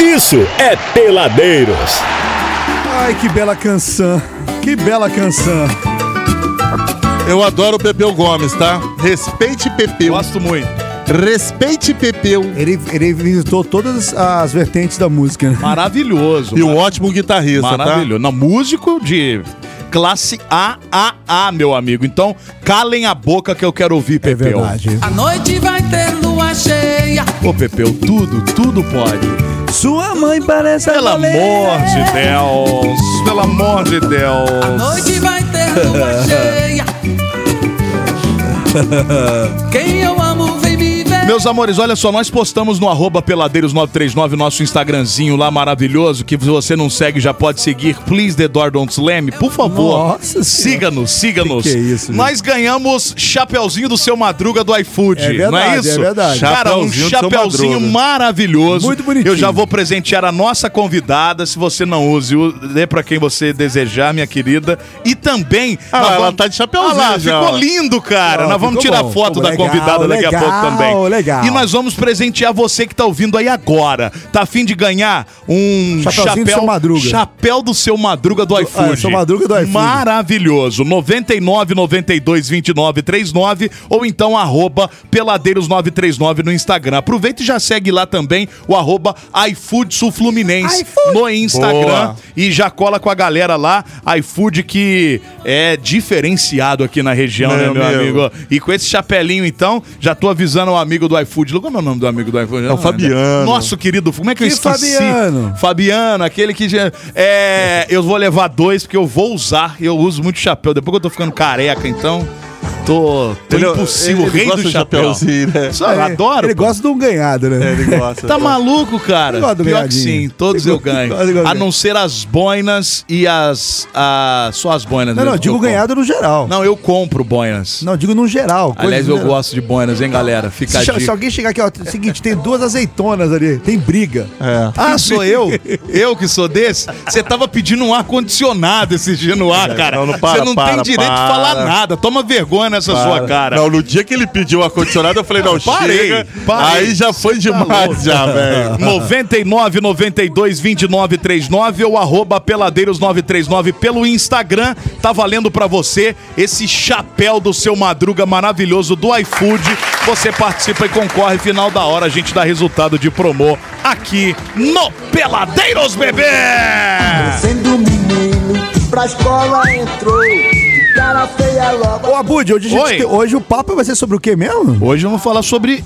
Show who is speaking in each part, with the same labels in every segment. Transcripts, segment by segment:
Speaker 1: isso é Peladeiros.
Speaker 2: Ai, que bela canção. Que bela canção.
Speaker 3: Eu adoro o Pepeu Gomes, tá? Respeite Pepeu.
Speaker 4: Gosto muito.
Speaker 3: Respeite Pepeu.
Speaker 2: Ele, ele visitou todas as vertentes da música, né?
Speaker 4: Maravilhoso.
Speaker 3: E um ótimo guitarrista, tá?
Speaker 4: Maravilhoso. Na músico de classe AAA, meu amigo. Então, calem a boca que eu quero ouvir,
Speaker 2: É
Speaker 4: Pepeu.
Speaker 2: verdade.
Speaker 5: A noite vai ter lua cheia.
Speaker 4: Ô, Pepeu, tudo, tudo pode.
Speaker 2: Sua mãe parece
Speaker 4: Pelo amor de Deus. Pelo amor de
Speaker 5: A
Speaker 4: Deus.
Speaker 5: noite vai ter lua cheia. Quem eu amo vem me ver.
Speaker 4: Meus amores, olha só, nós postamos no arroba peladeiros939, nosso Instagramzinho lá maravilhoso, que se você não segue já pode seguir. Please, The Door Don't Slam, por favor.
Speaker 2: Nossa Senhora.
Speaker 4: Siga-nos, siga-nos.
Speaker 2: Que que é isso, gente?
Speaker 4: nós ganhamos chapeuzinho do seu Madruga do iFood,
Speaker 2: É verdade,
Speaker 4: não é isso?
Speaker 2: é verdade.
Speaker 4: Cara, um
Speaker 3: Chapeuzinho do Seu
Speaker 4: chapeuzinho
Speaker 3: Madruga.
Speaker 4: maravilhoso.
Speaker 2: Muito bonitinho.
Speaker 4: Eu já vou presentear a nossa convidada, se você não use, u- dê pra quem você desejar, minha querida. E também...
Speaker 3: Ah,
Speaker 4: nós
Speaker 3: ela
Speaker 4: vamos-
Speaker 3: tá de chapeuzinho
Speaker 4: Ah lá,
Speaker 3: já,
Speaker 4: ficou
Speaker 3: ó.
Speaker 4: lindo, cara.
Speaker 2: Ó,
Speaker 4: nós vamos
Speaker 2: ficou
Speaker 4: tirar
Speaker 2: bom.
Speaker 4: foto
Speaker 2: Ficou
Speaker 4: da
Speaker 2: legal,
Speaker 4: convidada daqui a
Speaker 2: legal,
Speaker 4: pouco também.
Speaker 2: legal.
Speaker 4: E nós nós vamos presentear você que tá ouvindo aí agora. Tá afim de ganhar um
Speaker 2: Chapeuzinho
Speaker 4: chapéu
Speaker 2: do seu Madruga.
Speaker 4: Chapéu do seu Madruga do iFood.
Speaker 2: é, seu Madruga do iFood.
Speaker 4: Maravilhoso. 99 92 29 39 ou então arroba peladeiros939 no Instagram. Aproveita e já segue lá também o arroba iFood Sul Fluminense no Instagram
Speaker 3: Boa.
Speaker 4: e já cola com a galera lá. iFood que é diferenciado aqui na região,
Speaker 3: Meu
Speaker 4: né, meu
Speaker 3: amigo.
Speaker 4: amigo? E com esse chapelinho, então, já tô avisando o amigo do iFood. Como é o nome do amigo do iFood? É
Speaker 3: o Fabiano.
Speaker 4: Nosso querido, como é que eu
Speaker 2: Que
Speaker 4: esqueci?
Speaker 2: Fabiano?
Speaker 4: Fabiano, aquele que... já- É, eu vou levar dois, porque eu vou usar. Eu uso muito chapéu. Depois que eu tô ficando careca, então... Tô, tô
Speaker 3: Ele-
Speaker 4: impossível,
Speaker 3: ele
Speaker 4: rei
Speaker 3: gosta
Speaker 4: do
Speaker 3: de
Speaker 4: chapéu.
Speaker 3: chapeuzinho, né?
Speaker 4: Só, eu adoro.
Speaker 2: Ele
Speaker 4: pô.
Speaker 2: gosta de um ganhado, né?
Speaker 3: Ele gosta.
Speaker 4: Tá maluco, cara?
Speaker 2: Eu gosto do
Speaker 4: Pior que
Speaker 2: ganhadinho.
Speaker 4: sim, todos
Speaker 2: Eu
Speaker 4: eu
Speaker 2: gosto-
Speaker 4: ganho.
Speaker 2: eu gosto do
Speaker 4: A não ser as boinas e as. a- só as boinas
Speaker 2: Não,
Speaker 4: mesmo
Speaker 2: não,
Speaker 4: que eu
Speaker 2: digo
Speaker 4: compro.
Speaker 2: ganhado no geral. Não,
Speaker 4: um Não, eu compro boinas.
Speaker 2: digo no geral. coisa
Speaker 4: Aliás,
Speaker 2: no
Speaker 4: eu
Speaker 2: geral.
Speaker 4: gosto de boinas, hein, galera? Fica a
Speaker 2: Se, se
Speaker 4: dica.
Speaker 2: alguém chegar aqui, ó, é o seguinte, tem duas azeitonas ali, tem briga.
Speaker 3: É.
Speaker 4: Ah, sou eu? Eu que sou desse? Você tava pedindo um ar-condicionado esse dia no ar, cara.
Speaker 3: É, não,
Speaker 4: Você
Speaker 3: não,
Speaker 4: não,
Speaker 3: para, para,
Speaker 4: tem direito
Speaker 3: para.
Speaker 4: de falar nada. Toma vergonha nessa sua cara.
Speaker 3: Não, no dia que ele pediu o ar-condicionado, eu falei, não,
Speaker 4: Parei,
Speaker 3: chega.
Speaker 4: parei. tá
Speaker 3: Aí já foi demais, já, velho.
Speaker 4: 99 92 29 39 ou arroba peladeiros939 pelo Instagram. Tá valendo pra você esse chapéu do seu Madruga maravilhoso do iFood. Você participa e concorre. Final da hora a gente dá resultado de promo aqui no Peladeiros Bebê!
Speaker 6: Sendo um menino, pra escola entrou. de Cara feia logo.
Speaker 2: Ô, Abud, hoje, a gente
Speaker 4: Oi.
Speaker 2: tem- hoje o papo vai ser sobre o quê mesmo?
Speaker 4: Hoje vamos falar sobre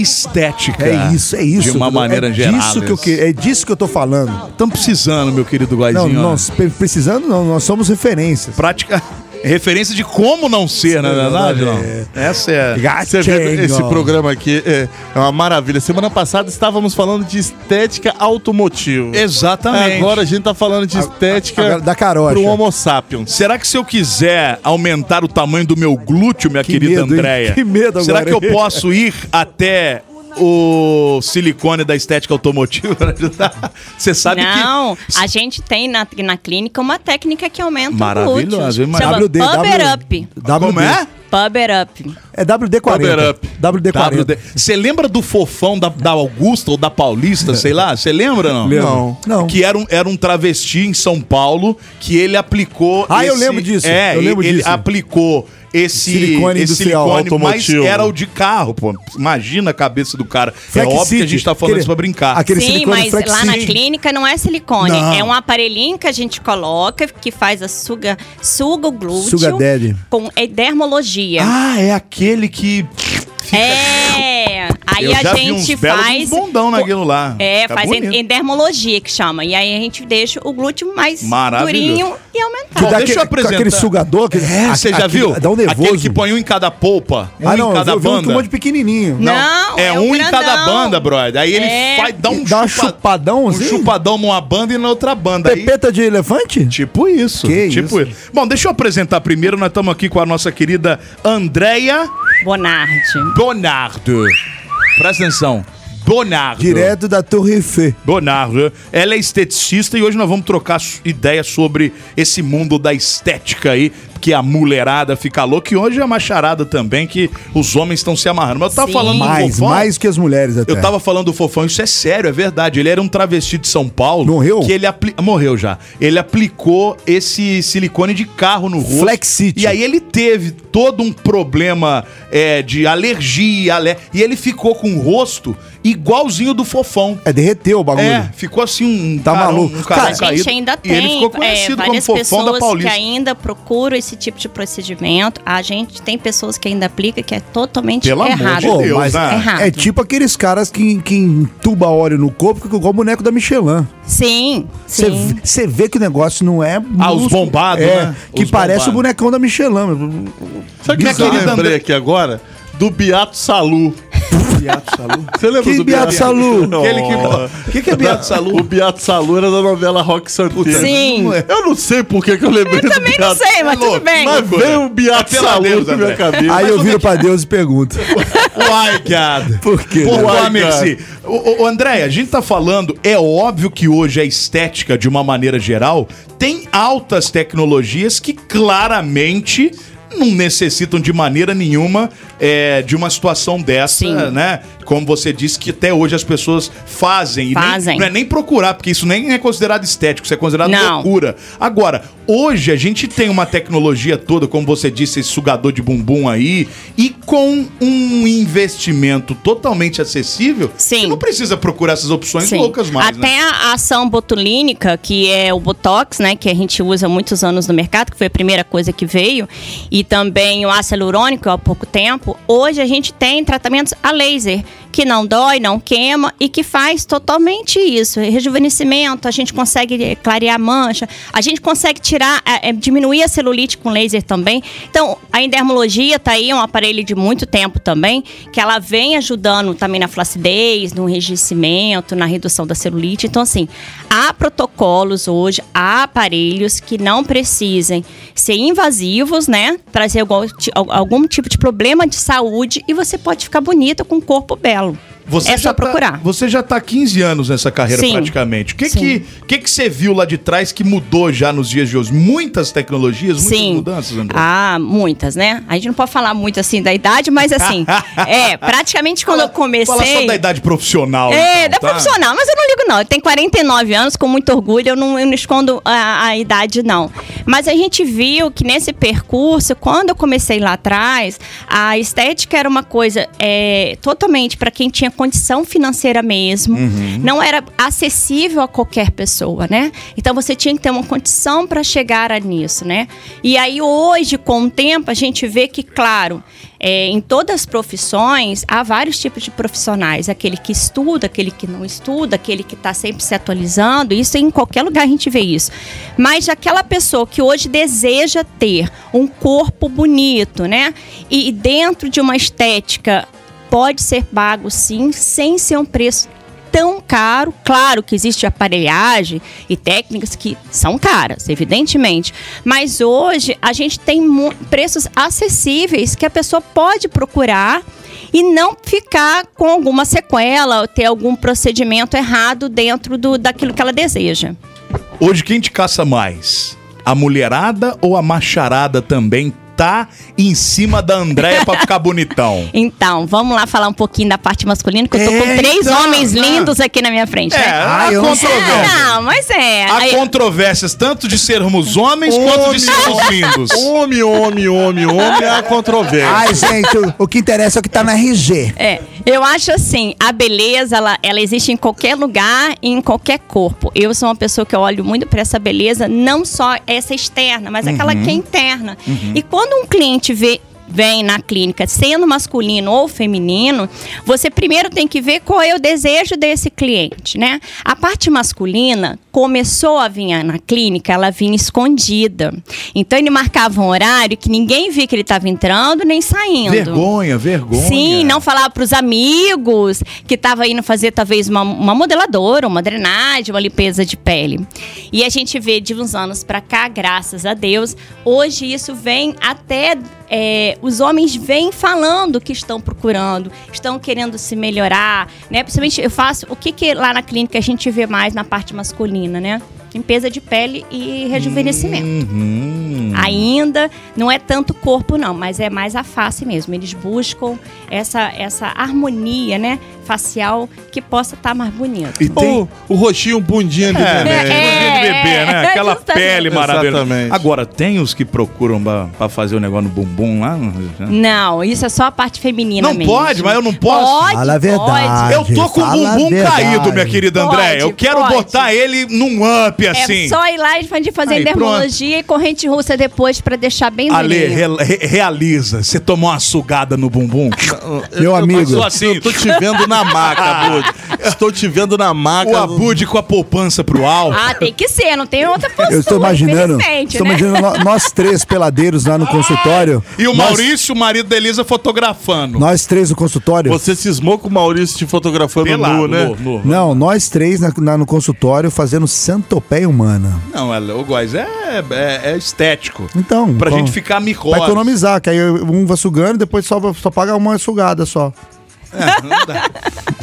Speaker 4: estética.
Speaker 2: É isso, é isso.
Speaker 4: De uma maneira
Speaker 2: é
Speaker 4: geral.
Speaker 2: Disso que eu, que- é disso que eu tô falando.
Speaker 4: Estamos precisando, meu querido
Speaker 2: Não,
Speaker 4: Guaizinho.
Speaker 2: nós pe- precisando não, nós somos referências.
Speaker 4: prática referência de como não ser, na
Speaker 2: É
Speaker 4: verdade, não.
Speaker 2: verdade,
Speaker 4: Essa é.
Speaker 3: Você vê
Speaker 2: Gatinho.
Speaker 3: esse programa aqui é é uma maravilha. Semana passada estávamos falando de estética automotiva.
Speaker 4: É, Exatamente.
Speaker 3: Agora a gente tá falando de estética
Speaker 2: agora da carocha.
Speaker 3: pro Homo sapiens.
Speaker 4: será que se eu quiser aumentar o tamanho do meu glúteo, minha
Speaker 2: Que
Speaker 4: querida
Speaker 2: medo, hein?
Speaker 4: Andréia?
Speaker 2: Que medo
Speaker 4: Será que
Speaker 2: agora,
Speaker 4: eu
Speaker 2: hein?
Speaker 4: posso ir até o silicone da estética automotiva? Você sabe
Speaker 7: Não,
Speaker 4: que
Speaker 7: a gente tem na, na clínica uma técnica que aumenta
Speaker 4: Maravilhoso,
Speaker 7: o glúteo.
Speaker 4: hein,
Speaker 7: Chama
Speaker 2: WD,
Speaker 7: Pumper Up.
Speaker 2: WD.
Speaker 4: Como é?
Speaker 7: Pumper Up.
Speaker 2: É WD-40.
Speaker 3: Cover up.
Speaker 2: WD-40.
Speaker 4: WD. Você lembra do fofão da, da Augusta ou da Paulista, sei lá? Você lembra não?
Speaker 2: Lembro. Não. Não.
Speaker 4: Que era um, era um travesti em São Paulo que ele aplicou.
Speaker 2: Ah, eu lembro disso,
Speaker 4: É,
Speaker 2: eu lembro
Speaker 4: ele
Speaker 2: disso.
Speaker 4: aplicou esse
Speaker 2: Silicone
Speaker 4: esse
Speaker 2: industrial,
Speaker 4: mas
Speaker 3: automotivo.
Speaker 4: era o de carro, pô. Imagina a cabeça do cara. é
Speaker 2: Flexid,
Speaker 4: óbvio que a gente tá falando
Speaker 2: aquele-
Speaker 4: isso pra brincar.
Speaker 2: Aquele
Speaker 7: Sim,
Speaker 2: silicone
Speaker 7: mas lá na
Speaker 2: flexível.
Speaker 7: clínica não é silicone.
Speaker 2: Não.
Speaker 7: É um aparelhinho que a gente coloca, que faz a suga, suga o glúteo.
Speaker 2: Suga daddy.
Speaker 7: Com é dermologia.
Speaker 4: Ah, é aquele que.
Speaker 7: é. Aí
Speaker 4: Eu
Speaker 7: a
Speaker 4: já vi
Speaker 7: gente
Speaker 4: uns belos
Speaker 7: faz.
Speaker 4: uns bondão naquilo lá.
Speaker 7: É,
Speaker 4: Fica
Speaker 7: faz
Speaker 4: bonito.
Speaker 7: en- endermologia que chama. E aí a gente deixa o glúteo mais
Speaker 4: Maravilhoso.
Speaker 7: durinho e aumentar.
Speaker 2: Que
Speaker 4: Bom,
Speaker 2: dá
Speaker 4: deixa eu
Speaker 2: aquele-
Speaker 4: apresentar.
Speaker 2: Aquele sugador. Aquele,
Speaker 4: É, você já
Speaker 2: aquele-
Speaker 4: viu?
Speaker 2: Dá um nervoso.
Speaker 4: Aquele que põe um em cada polpa, um
Speaker 2: ah, não,
Speaker 4: em cada
Speaker 2: eu vi um
Speaker 4: banda.
Speaker 2: monte pequenininho.
Speaker 7: Não,
Speaker 4: é,
Speaker 7: é
Speaker 4: um
Speaker 7: o
Speaker 4: em cada
Speaker 7: grandão.
Speaker 4: banda, brother. Aí ele
Speaker 7: É.
Speaker 4: faz, dá um
Speaker 2: Dá um
Speaker 4: chupa-
Speaker 2: chupadão,
Speaker 4: um
Speaker 2: assim?
Speaker 4: chupadão numa banda e na outra banda. Aí,
Speaker 2: Pepeta de elefante?
Speaker 4: tipo isso.
Speaker 2: Que
Speaker 4: tipo isso. Bom, deixa eu apresentar primeiro. Nós estamos aqui com a nossa querida Andréia
Speaker 7: Bonardi.
Speaker 4: Bonardo. Presta atenção. Bonardo.
Speaker 2: Direto da Torre Eiffel.
Speaker 4: Bonardo. Ela é esteticista e hoje nós vamos trocar su- ideia sobre esse mundo da estética aí. que a mulherada fica louca. E hoje é uma charada também que os homens estão se amarrando. Mas eu tava
Speaker 7: Sim.
Speaker 4: falando do
Speaker 2: Mais,
Speaker 4: fofão.
Speaker 2: mais que as mulheres até.
Speaker 4: Eu tava falando do Fofão, isso é sério, é verdade. Ele era um travesti de São Paulo.
Speaker 2: Morreu?
Speaker 4: Que ele apli- Morreu já. Ele aplicou esse silicone de carro no rosto.
Speaker 2: Flexite.
Speaker 4: E aí ele teve todo um problema é, de alergia. ale- E ele ficou com o rosto igualzinho do Fofão.
Speaker 2: É, derreteu o bagulho.
Speaker 4: É, ficou assim um
Speaker 2: Tá
Speaker 4: carão-
Speaker 2: maluco.
Speaker 4: um carão
Speaker 2: Cara,
Speaker 7: A gente
Speaker 4: caído.
Speaker 7: ainda
Speaker 4: E ele
Speaker 7: tem
Speaker 4: ficou
Speaker 7: é,
Speaker 4: conhecido como
Speaker 7: várias
Speaker 4: Fofão da
Speaker 7: pessoas que
Speaker 4: Paulista.
Speaker 7: ainda procuram esse tipo de procedimento. A gente tem pessoas que ainda aplica que é totalmente
Speaker 4: Pelo amor
Speaker 7: errado.
Speaker 4: de
Speaker 2: Pô,
Speaker 4: Deus,
Speaker 2: mas
Speaker 4: né?
Speaker 7: Errado.
Speaker 2: É tipo aqueles caras que, que entuba óleo no corpo, que igual o boneco da Michelin.
Speaker 7: Sim,
Speaker 2: Você
Speaker 7: sim.
Speaker 2: vê- Você vê que o negócio não é.
Speaker 4: Ah, os
Speaker 2: músculo,
Speaker 4: bombados,
Speaker 2: é,
Speaker 4: né?
Speaker 2: Que
Speaker 4: Os
Speaker 2: parece
Speaker 4: bombados.
Speaker 2: o bonecão da Michelin.
Speaker 3: Sabe o que, é que eu
Speaker 4: Bizarro.
Speaker 3: lembrei aqui agora? Do Beato Salu.
Speaker 2: Biato Salu.
Speaker 3: Você lembra
Speaker 2: Que
Speaker 3: do
Speaker 2: Beato Salu?
Speaker 3: Aquele que... O que, é Beato Salu? é. O Beato Salu era da novela Rock Santeiro.
Speaker 7: Sim.
Speaker 3: Eu não sei por que, que eu lembrei do
Speaker 7: Também não
Speaker 3: Beato
Speaker 7: sei, mas
Speaker 4: é louco,
Speaker 7: tudo bem.
Speaker 3: Mas veio o Beato
Speaker 4: Pelo
Speaker 3: Salu
Speaker 4: Deus,
Speaker 3: na
Speaker 4: André.
Speaker 3: minha cabeça.
Speaker 2: Aí eu viro pra
Speaker 4: é?
Speaker 2: Deus e pergunto.
Speaker 4: Uai, God.
Speaker 2: Por quê?
Speaker 4: Por
Speaker 3: Uai,
Speaker 4: quê, né?
Speaker 3: cara?
Speaker 4: Merci? O, André, a gente tá falando, é óbvio que hoje a estética, de uma maneira geral, tem altas tecnologias que claramente não necessitam de maneira nenhuma é, de uma situação dessa,
Speaker 7: Sim.
Speaker 4: né? Como você disse, que até hoje as pessoas fazem. E nem-
Speaker 7: Fazem.
Speaker 4: não é nem procurar, porque isso nem é considerado estético, isso é considerado
Speaker 7: Não.
Speaker 4: loucura. Agora, hoje a gente tem uma tecnologia toda, como você disse, esse sugador de bumbum aí, e com um investimento totalmente acessível,
Speaker 7: Sim.
Speaker 4: você não precisa procurar essas opções
Speaker 7: Sim.
Speaker 4: loucas mais,
Speaker 7: Até
Speaker 4: né?
Speaker 7: a ação botulínica, que é o Botox, né? Que a gente usa há muitos anos no mercado, que foi a primeira coisa que veio. E também o ácido hialurônico, há pouco tempo. Hoje a gente tem tratamentos a laser, que não dói, não queima e que faz totalmente isso. Rejuvenescimento, a gente consegue eh, clarear a mancha, a gente consegue tirar, eh, eh, diminuir a celulite com laser também. Então, a endermologia tá aí, é um aparelho de muito tempo também, que ela vem ajudando também na flacidez, no enrijecimento, na redução da celulite. Então, assim, há protocolos hoje, há aparelhos que não precisem ser invasivos, né? Trazer algum, ti- al- algum tipo de problema de saúde e você pode ficar bonita com um corpo belo. é
Speaker 4: já
Speaker 7: só
Speaker 4: tá-
Speaker 7: procurar.
Speaker 4: Você já tá 15 anos nessa carreira
Speaker 7: Sim.
Speaker 4: praticamente. O que
Speaker 7: Sim.
Speaker 4: que, que que você viu lá de trás que mudou já nos dias de hoje? Muitas tecnologias, muitas
Speaker 7: Sim.
Speaker 4: mudanças, André?
Speaker 7: Ah, muitas, né? A gente não pode falar muito assim da idade, mas assim, é, praticamente quando eu comecei.
Speaker 4: Fala só da idade profissional.
Speaker 7: É,
Speaker 4: então,
Speaker 7: da
Speaker 4: tá?
Speaker 7: profissional, mas eu não ligo, não. Eu tenho 49 anos, com muito orgulho, eu não, eu não escondo a, a idade, não. Mas a gente viu que nesse percurso, quando eu comecei lá atrás, a estética era uma coisa é, totalmente para quem tinha condição financeira mesmo.
Speaker 4: Uhum.
Speaker 7: Não era acessível a qualquer pessoa, né? Então você tinha que ter uma condição para chegar a nisso, né? E aí hoje, com o tempo, a gente vê que, claro, é, em todas as profissões, há vários tipos de profissionais. Aquele que estuda, aquele que não estuda, aquele que está sempre se atualizando. Isso em qualquer lugar a gente vê isso. Mas aquela pessoa que hoje deseja ter um corpo bonito, né? E, e dentro de uma estética pode ser pago sim, sem ser um preço tão caro. Claro que existe aparelhagem e técnicas que são caras, evidentemente. Mas hoje a gente tem mu- preços acessíveis que a pessoa pode procurar e não ficar com alguma sequela ou ter algum procedimento errado dentro do, daquilo que ela deseja.
Speaker 4: Hoje quem te caça mais? A mulherada ou a macharada também tá em cima da Andréia pra ficar bonitão?
Speaker 7: Então, vamos lá falar um pouquinho da parte masculina, que eu tô com
Speaker 4: É,
Speaker 7: três
Speaker 4: então,
Speaker 7: homens
Speaker 4: né?
Speaker 7: lindos aqui na minha frente.
Speaker 4: É,
Speaker 7: né?
Speaker 4: há
Speaker 2: eu não
Speaker 4: controvérsias.
Speaker 7: Ah, não, mas é.
Speaker 4: Há
Speaker 7: Aí-
Speaker 4: controvérsias tanto de sermos homens quanto de sermos lindos.
Speaker 3: Homem, homem, homem, homem é a controvérsia.
Speaker 2: Ai, gente, o, o que interessa é o que tá na RG.
Speaker 7: É, eu acho assim, a beleza, ela, ela existe em qualquer lugar e em qualquer corpo. Eu sou uma pessoa que eu olho muito para essa beleza, não só essa externa, mas aquela que é interna. E quando um cliente vê vem na clínica, sendo masculino ou feminino, você primeiro tem que ver qual é o desejo desse cliente, né? A parte masculina começou a vir na clínica, ela vinha escondida. Então ele marcava um horário que ninguém via que ele estava entrando nem saindo.
Speaker 4: Vergonha, vergonha.
Speaker 7: Sim, não falava pros amigos que tava indo fazer talvez uma, uma modeladora, uma drenagem, uma limpeza de pele. E a gente vê de uns anos pra cá, graças a Deus, hoje isso vem até é, os homens vêm falando que estão procurando, estão querendo se melhorar, né? Principalmente eu faço o que, que lá na clínica a gente vê mais na parte masculina, né? Limpeza de pele e rejuvenescimento.
Speaker 4: Uhum.
Speaker 7: ainda. Não é tanto corpo, não, mas é mais a face mesmo. Eles buscam essa, essa harmonia, né? Facial que possa estar mais bonito.
Speaker 3: E tem o, o roxinho bundinha de
Speaker 4: É,
Speaker 3: bebê.
Speaker 4: é, de bebê, né?
Speaker 7: é,
Speaker 4: Aquela
Speaker 7: justamente.
Speaker 4: pele maravilhosa.
Speaker 3: Exatamente.
Speaker 4: Agora, tem os que procuram pra, pra fazer o negócio no bumbum lá?
Speaker 7: Não, isso é só a parte feminina
Speaker 4: Não
Speaker 7: mesmo.
Speaker 4: pode, mas eu não posso.
Speaker 7: Pode,
Speaker 2: Fala a verdade.
Speaker 7: pode.
Speaker 4: Eu tô com o
Speaker 2: Fala a
Speaker 4: bumbum
Speaker 2: verdade.
Speaker 4: caído, minha querida
Speaker 7: Pode,
Speaker 4: Andréia. Eu quero
Speaker 7: pode.
Speaker 4: botar ele num up,
Speaker 7: É
Speaker 4: assim.
Speaker 7: só ir lá e fazer fazer
Speaker 4: Aí,
Speaker 7: dermologia e corrente russa depois pra deixar bem
Speaker 4: Ale,
Speaker 7: durinho.
Speaker 4: re- re- realiza. Você tomou uma sugada no bumbum?
Speaker 3: Ah,
Speaker 2: Meu amigo.
Speaker 4: Só assim.
Speaker 3: Eu tô te vendo na maca, Abud. Estou te vendo na maca.
Speaker 4: O Abude com a poupança pro alto.
Speaker 7: Ah, tem que ser, não tem outra função.
Speaker 2: Eu estou imaginando.
Speaker 7: infelizmente,
Speaker 2: Estou
Speaker 7: né?
Speaker 2: imaginando nó- nós três peladeiros lá no consultório.
Speaker 4: E o
Speaker 2: Nós-
Speaker 4: Maurício, o marido da Elisa, fotografando.
Speaker 2: Nós três no consultório.
Speaker 3: Você cismou com o Maurício te fotografando nu, né?
Speaker 4: nu, nu.
Speaker 2: Não, nós três na- na- no consultório fazendo santopéia humana.
Speaker 4: Não, ela- o Góis é, é- é estético.
Speaker 2: Então.
Speaker 4: Pra
Speaker 2: bom,
Speaker 4: gente ficar micosa.
Speaker 2: Pra
Speaker 3: é
Speaker 2: economizar, que aí um vai sugando, depois só, vai- só paga uma sugada só.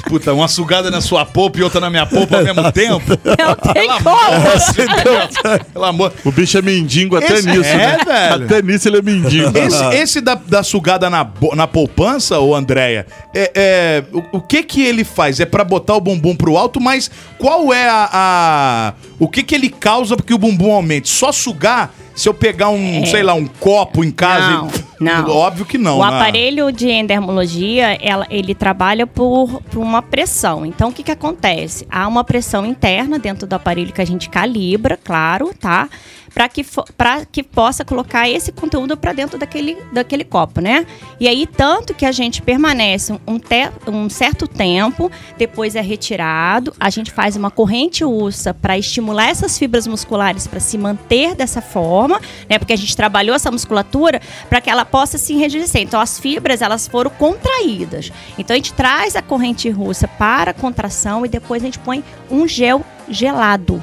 Speaker 4: Puta, uma sugada na sua polpa e outra na minha polpa ao mesmo tempo.
Speaker 7: Não tem
Speaker 4: Pelo
Speaker 7: como.
Speaker 4: amor de Deus. então, Pelo amor.
Speaker 3: O bicho é mendigo até
Speaker 4: Esse-
Speaker 3: nisso,
Speaker 4: é,
Speaker 3: né?
Speaker 4: velho.
Speaker 3: Até nisso ele é mendigo.
Speaker 4: Esse, esse da, da sugada na, bo- na poupança, ô Andréia, é, é, o, o que que ele faz? É pra botar o bumbum pro alto, mas qual é a. a- o que que ele causa pra que o bumbum aumente? Só sugar? Se eu pegar um, sei lá, um copo em casa.
Speaker 7: É. Não,
Speaker 4: e-
Speaker 7: não.
Speaker 4: Óbvio que não.
Speaker 7: O
Speaker 4: né?
Speaker 7: aparelho de endermologia, ela- ele trabalha por, por uma pressão. Então, o que, que acontece? Há uma pressão interna dentro do aparelho que a gente calibra, claro, tá? Para que, fo- pra que possa colocar esse conteúdo para dentro daquele, daquele copo, né? E aí, tanto que a gente permanece um, te- um certo tempo, depois é retirado, a gente faz uma corrente ursa para estimular essas fibras musculares para se manter dessa forma, né? Porque a gente trabalhou essa musculatura para que ela possa se enrijecer. Então as fibras elas foram contraídas. Então a gente traz a corrente russa para a contração e depois a gente põe um gel gelado.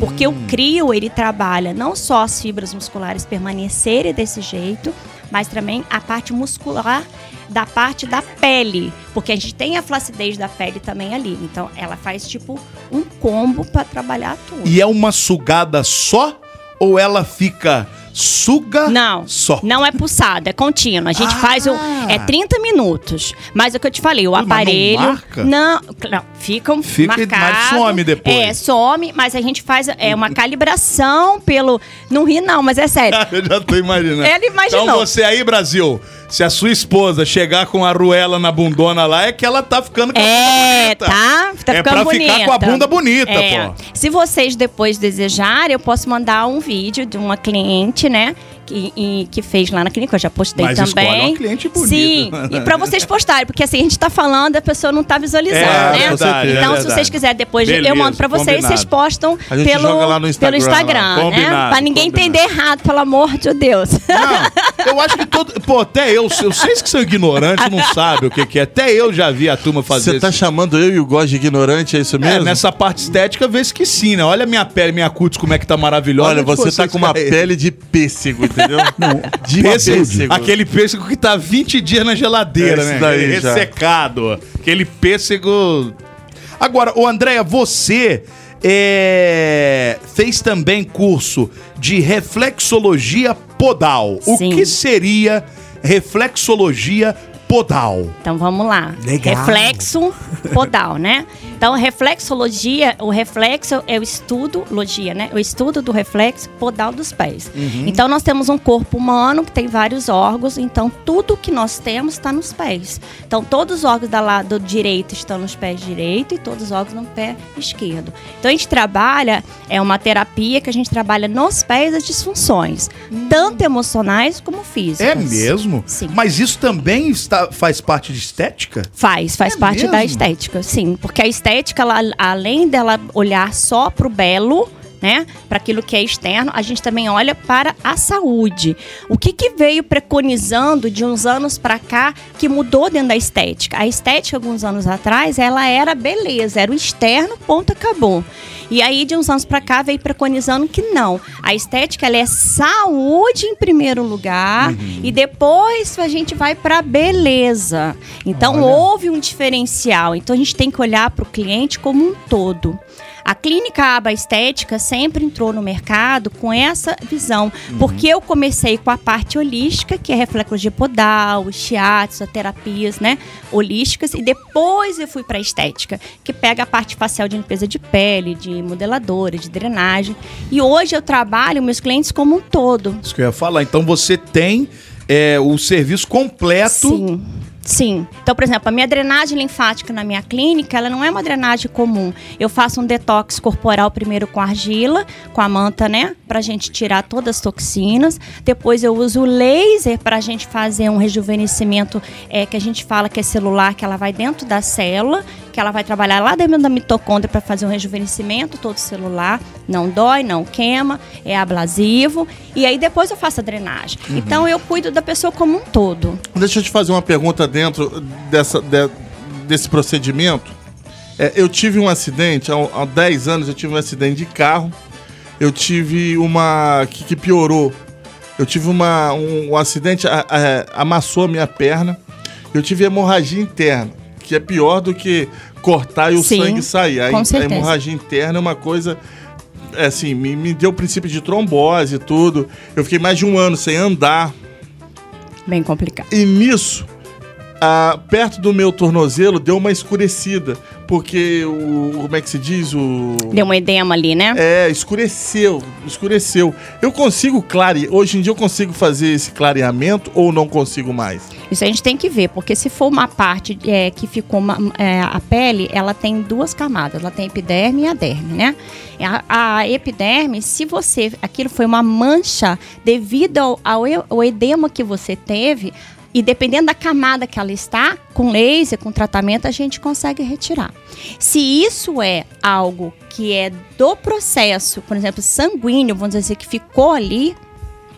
Speaker 7: Porque o crio, ele trabalha não só as fibras musculares permanecerem desse jeito, mas também a parte muscular da parte da pele, porque a gente tem a flacidez da pele também ali. Então ela faz tipo um combo para trabalhar tudo.
Speaker 4: E é uma sugada só? Ou ela fica suga
Speaker 7: Não.
Speaker 4: só?
Speaker 7: Não é pulsada, é contínua. A gente
Speaker 4: Ah.
Speaker 7: faz um, é 30 minutos. Mas é o que eu te falei, o
Speaker 4: mas não
Speaker 7: aparelho.
Speaker 4: marca?
Speaker 7: Não, não, ficam
Speaker 4: Fica, mas
Speaker 7: marcados.
Speaker 4: some depois.
Speaker 7: É, some, mas a gente faz é uma calibração pelo não ri não, mas é sério.
Speaker 4: Eu já tô imaginando.
Speaker 7: Ela imaginou.
Speaker 4: Então você aí, Brasil, se a sua esposa chegar com a ruela na bundona lá, é que ela tá ficando com
Speaker 7: É, tá? Tá
Speaker 4: É
Speaker 7: ficando
Speaker 4: pra
Speaker 7: bonita. É.
Speaker 4: ficar com a bunda bonita, pô.
Speaker 7: Se vocês depois desejarem, eu posso mandar um vídeo de uma cliente, né? Que, e- que fez lá na clínica, eu já postei
Speaker 4: Mas escolhe
Speaker 7: também.
Speaker 4: uma cliente bonita.
Speaker 7: Sim, e pra vocês postarem, porque assim, a gente tá falando, a pessoa não tá visualizando,
Speaker 4: É,
Speaker 7: né?
Speaker 4: verdade, é
Speaker 7: então, se
Speaker 4: verdade.
Speaker 7: vocês quiserem depois,
Speaker 4: Beleza,
Speaker 7: eu mando pra vocês,
Speaker 4: combinado.
Speaker 7: vocês postam
Speaker 3: A gente
Speaker 7: pelo,
Speaker 3: joga lá no Instagram,
Speaker 7: pelo Instagram,
Speaker 4: lá.
Speaker 7: né?
Speaker 4: Combinado,
Speaker 7: Pra ninguém
Speaker 4: combinado.
Speaker 7: entender errado, pelo amor de Deus.
Speaker 4: Não, eu acho que todo. Pô, até eu, eu sei que sou ignorante, não sabe o que, que é. Até eu já vi a turma fazer
Speaker 3: Você tá
Speaker 4: isso.
Speaker 3: chamando eu e o Góis de ignorante, é isso
Speaker 4: É,
Speaker 3: mesmo?
Speaker 4: nessa parte estética, vê-se que sim, né? Olha minha pele, minha cutis, como é que tá maravilhosa.
Speaker 3: Olha, você tá
Speaker 4: Vocês
Speaker 3: com uma
Speaker 4: caem.
Speaker 3: pele de pêssego, entendeu? Não, de
Speaker 4: Pêssego, aquele pêssego que tá 20 dias na geladeira,
Speaker 3: É isso
Speaker 4: né?
Speaker 3: daí,
Speaker 4: Aquele
Speaker 3: já.
Speaker 4: Ressecado. Aquele pêssego. Agora, ô Andréia, você é, fez também curso de reflexologia podal.
Speaker 7: Sim.
Speaker 4: O que seria reflexologia podal?
Speaker 7: Então vamos lá.
Speaker 2: Legal.
Speaker 7: Reflexo podal, né? Então, reflexologia, o reflexo é o estudo, logia, né? O estudo do reflexo podal dos pés.
Speaker 4: Uhum.
Speaker 7: Então, nós temos um corpo humano que tem vários órgãos, então tudo que nós temos está nos pés. Então, todos os órgãos do lado direito estão nos pés direito e todos os órgãos no pé esquerdo. Então, a gente trabalha, é uma terapia que a gente trabalha nos pés as disfunções, tanto emocionais como físicas.
Speaker 4: Hum. É mesmo?
Speaker 7: Sim.
Speaker 4: Mas isso também está, faz parte de estética?
Speaker 7: Faz, faz
Speaker 4: É
Speaker 7: parte da
Speaker 4: mesmo?
Speaker 7: estética, sim. Porque a estética, ela, além dela olhar só pro belo, né? Para aquilo que é externo, a gente também olha para a saúde. O que, que veio preconizando de uns anos para cá que mudou dentro da estética? A estética, alguns anos atrás, ela era beleza, era o externo, ponto, acabou. E aí, de uns anos para cá, veio preconizando que não. A estética, ela é saúde em primeiro lugar
Speaker 4: Uhum.
Speaker 7: e depois a gente vai para beleza. Então, houve um diferencial. Então, a gente tem que olhar para o cliente como um todo. A clínica Aba Estética sempre entrou no mercado com essa visão, porque eu comecei com a parte holística, que é reflexologia podal, shiatsu, terapias, né, holísticas, e depois eu fui para estética, que pega a parte facial de limpeza de pele, de modeladora, de drenagem. E hoje eu trabalho meus clientes como um todo.
Speaker 4: Isso que eu ia falar. Então você tem é, o serviço completo.
Speaker 7: Sim. Sim. Então, por exemplo, a minha drenagem linfática na minha clínica, ela não é uma drenagem comum. Eu faço um detox corporal primeiro com argila, com a manta, né? Pra gente tirar todas as toxinas. Depois eu uso o laser pra gente fazer um rejuvenescimento é, que a gente fala que é celular, que ela vai dentro da célula, que ela vai trabalhar lá dentro da mitocôndria pra fazer um rejuvenescimento todo celular. Não dói, não queima, é ablasivo. E aí depois eu faço a drenagem. Então eu cuido da pessoa como um todo.
Speaker 3: Deixa eu te fazer uma pergunta dentro dessa, de- desse procedimento. É, eu tive um acidente, há, há 10 anos eu tive um acidente de carro. Eu tive uma. que, que piorou. Eu tive uma, um, um acidente, a- a- amassou a minha perna. Eu tive hemorragia interna, que é pior do que cortar e o
Speaker 7: Sim,
Speaker 3: sangue sair. A,
Speaker 7: com
Speaker 3: a
Speaker 7: certeza.
Speaker 3: hemorragia interna é uma coisa. é Assim, me, me deu o princípio de trombose e tudo. Eu fiquei mais de um ano sem andar.
Speaker 7: Bem complicado.
Speaker 3: E nisso, ah, perto do meu tornozelo, deu uma escurecida. Porque o. Como é que se diz? O.
Speaker 7: Deu um edema ali, né?
Speaker 3: É, escureceu, escureceu. Eu consigo clarear. Hoje em dia eu consigo fazer esse clareamento ou não consigo mais?
Speaker 7: Isso a gente tem que ver, porque se for uma parte é, que ficou uma- é, a pele, ela tem duas camadas, ela tem epiderme e a derme, né? E A, a epiderme, se você aquilo foi uma mancha devido ao, ao, e- ao edema que você teve e dependendo da camada que ela está, com laser, com tratamento, a gente consegue retirar. Se isso é algo que é do processo, por exemplo, sanguíneo, vamos dizer assim, que ficou ali,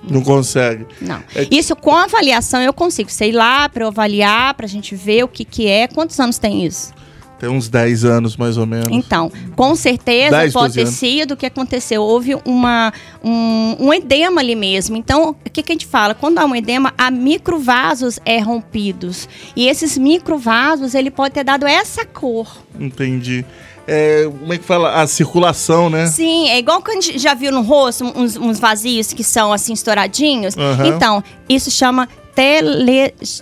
Speaker 3: Não consegue.
Speaker 7: não.
Speaker 3: É-
Speaker 7: Isso com avaliação eu consigo. Sei lá, pra eu avaliar, pra gente ver o que que é. Quantos anos tem isso?
Speaker 3: Tem uns 10 anos mais ou menos.
Speaker 7: Então, com certeza
Speaker 3: 10,
Speaker 7: pode
Speaker 3: 12
Speaker 7: ter
Speaker 3: anos.
Speaker 7: sido o que aconteceu. Houve uma, um, um edema ali mesmo. Então, o que, que a gente fala? Quando há um edema, há microvasos é rompidos. E esses microvasos, ele pode ter dado essa cor.
Speaker 3: Entendi. É, como é que fala? A circulação, né?
Speaker 7: Sim, é igual quando a gente já viu no rosto uns, uns vazios que são assim estouradinhos.
Speaker 3: Aham.
Speaker 7: Então, isso chama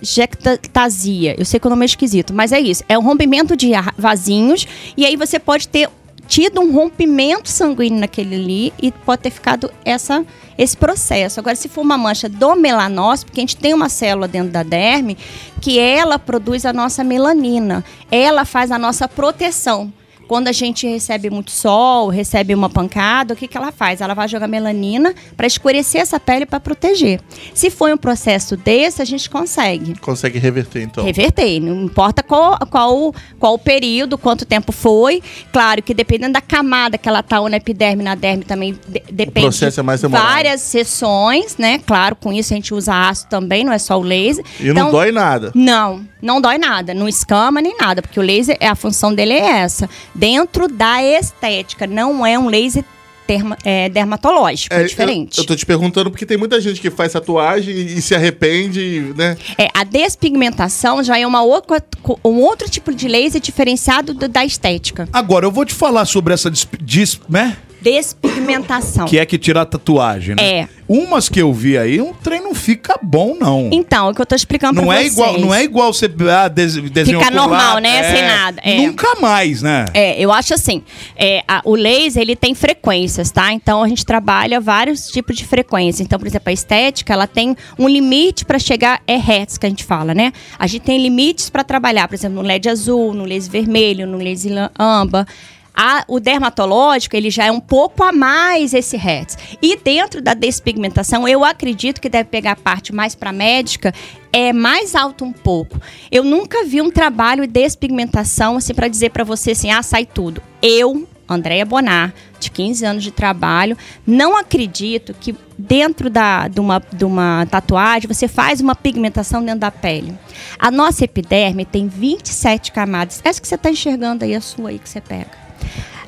Speaker 7: telejectasia. Eu sei que o nome é esquisito, mas é isso. É um rompimento de ar- vasinhos e aí você pode ter tido um rompimento sanguíneo naquele ali e pode ter ficado essa esse processo. Agora, se for uma mancha do melanócito, porque a gente tem uma célula dentro da derme que ela produz a nossa melanina, ela faz a nossa proteção. Quando a gente recebe muito sol, recebe uma pancada, o que, que ela faz? Ela vai jogar melanina para escurecer essa pele para proteger. Se foi um processo desse, a gente consegue
Speaker 3: Consegue reverter, então.
Speaker 7: reverter. Não importa qual, qual, qual o período, quanto tempo foi. Claro que dependendo da camada que ela tá, ou na epiderme, na derme também de- depende.
Speaker 3: processo é mais
Speaker 7: de
Speaker 3: demorado.
Speaker 7: Várias sessões, né? Claro, com isso a gente usa ácido também, não é só o laser.
Speaker 3: E não dói nada.
Speaker 7: Não, não dói nada, não escama nem nada, porque o laser, é- a função dele é essa. Dentro da estética, não é um laser terma- é, dermatológico, é,
Speaker 3: eu-
Speaker 7: diferente.
Speaker 3: Eu, tô te perguntando porque tem muita gente que faz tatuagem e, e se arrepende, né?
Speaker 7: É, a despigmentação já é uma outra- um outro tipo de laser diferenciado do- da estética.
Speaker 4: Agora, eu vou te falar sobre essa disp, dis- né?
Speaker 7: Despigmentação.
Speaker 4: Que é que tirar tatuagem, né?
Speaker 7: É.
Speaker 4: Umas que eu vi aí, um trem não fica bom, não.
Speaker 7: Então, é o que eu tô explicando
Speaker 4: Não
Speaker 7: pra
Speaker 4: é,
Speaker 7: vocês.
Speaker 4: igual, não é igual você ah, des, desenhou
Speaker 7: Fica
Speaker 4: por lá,
Speaker 7: normal, né? Sem nada, é.
Speaker 4: Nunca mais, né?
Speaker 7: É, eu acho assim, é, a- o laser ele tem frequências, tá? Então a gente trabalha vários tipos de frequência. Então, por exemplo, a estética ela tem um limite para chegar é hertz que a gente fala, né? A gente tem limites para trabalhar, por exemplo, no LED azul, no laser vermelho, no laser lã- âmbar. A- o dermatológico ele já é um pouco a mais esse hertz. E dentro da despigmentação, eu acredito que deve pegar a parte mais para médica é mais alto um pouco. Eu nunca vi um trabalho de despigmentação assim para dizer para você assim, ah, sai tudo. Eu, Andréia Bonar, de 15 anos de trabalho, não acredito que dentro da, de, uma, de uma tatuagem você faz uma pigmentação dentro da pele. A nossa epiderme tem 27 camadas. Essa que você está enxergando aí, a sua aí que você pega.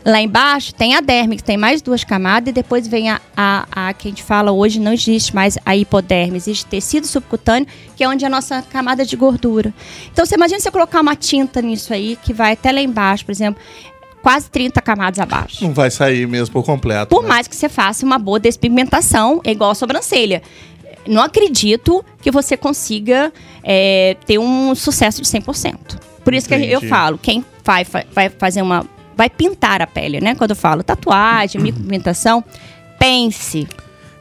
Speaker 7: Lá embaixo tem a derme, que tem mais duas camadas, e depois vem a, a, a que a gente fala hoje, não existe mais a hipoderme, existe tecido subcutâneo, que é onde é a nossa camada de gordura. Então você imagina você colocar uma tinta nisso aí, que vai até lá embaixo, por exemplo. quase 30 camadas abaixo.
Speaker 3: Não vai sair mesmo por completo.
Speaker 7: Por
Speaker 3: né?
Speaker 7: mais que você faça uma boa despigmentação, é igual a sobrancelha. Não acredito que você consiga é, ter um sucesso de 100%. Por isso que eu
Speaker 3: Entendi.
Speaker 7: falo, quem vai, fa- vai fazer uma... Vai pintar a pele, né? Quando eu falo tatuagem, micropigmentação, pense.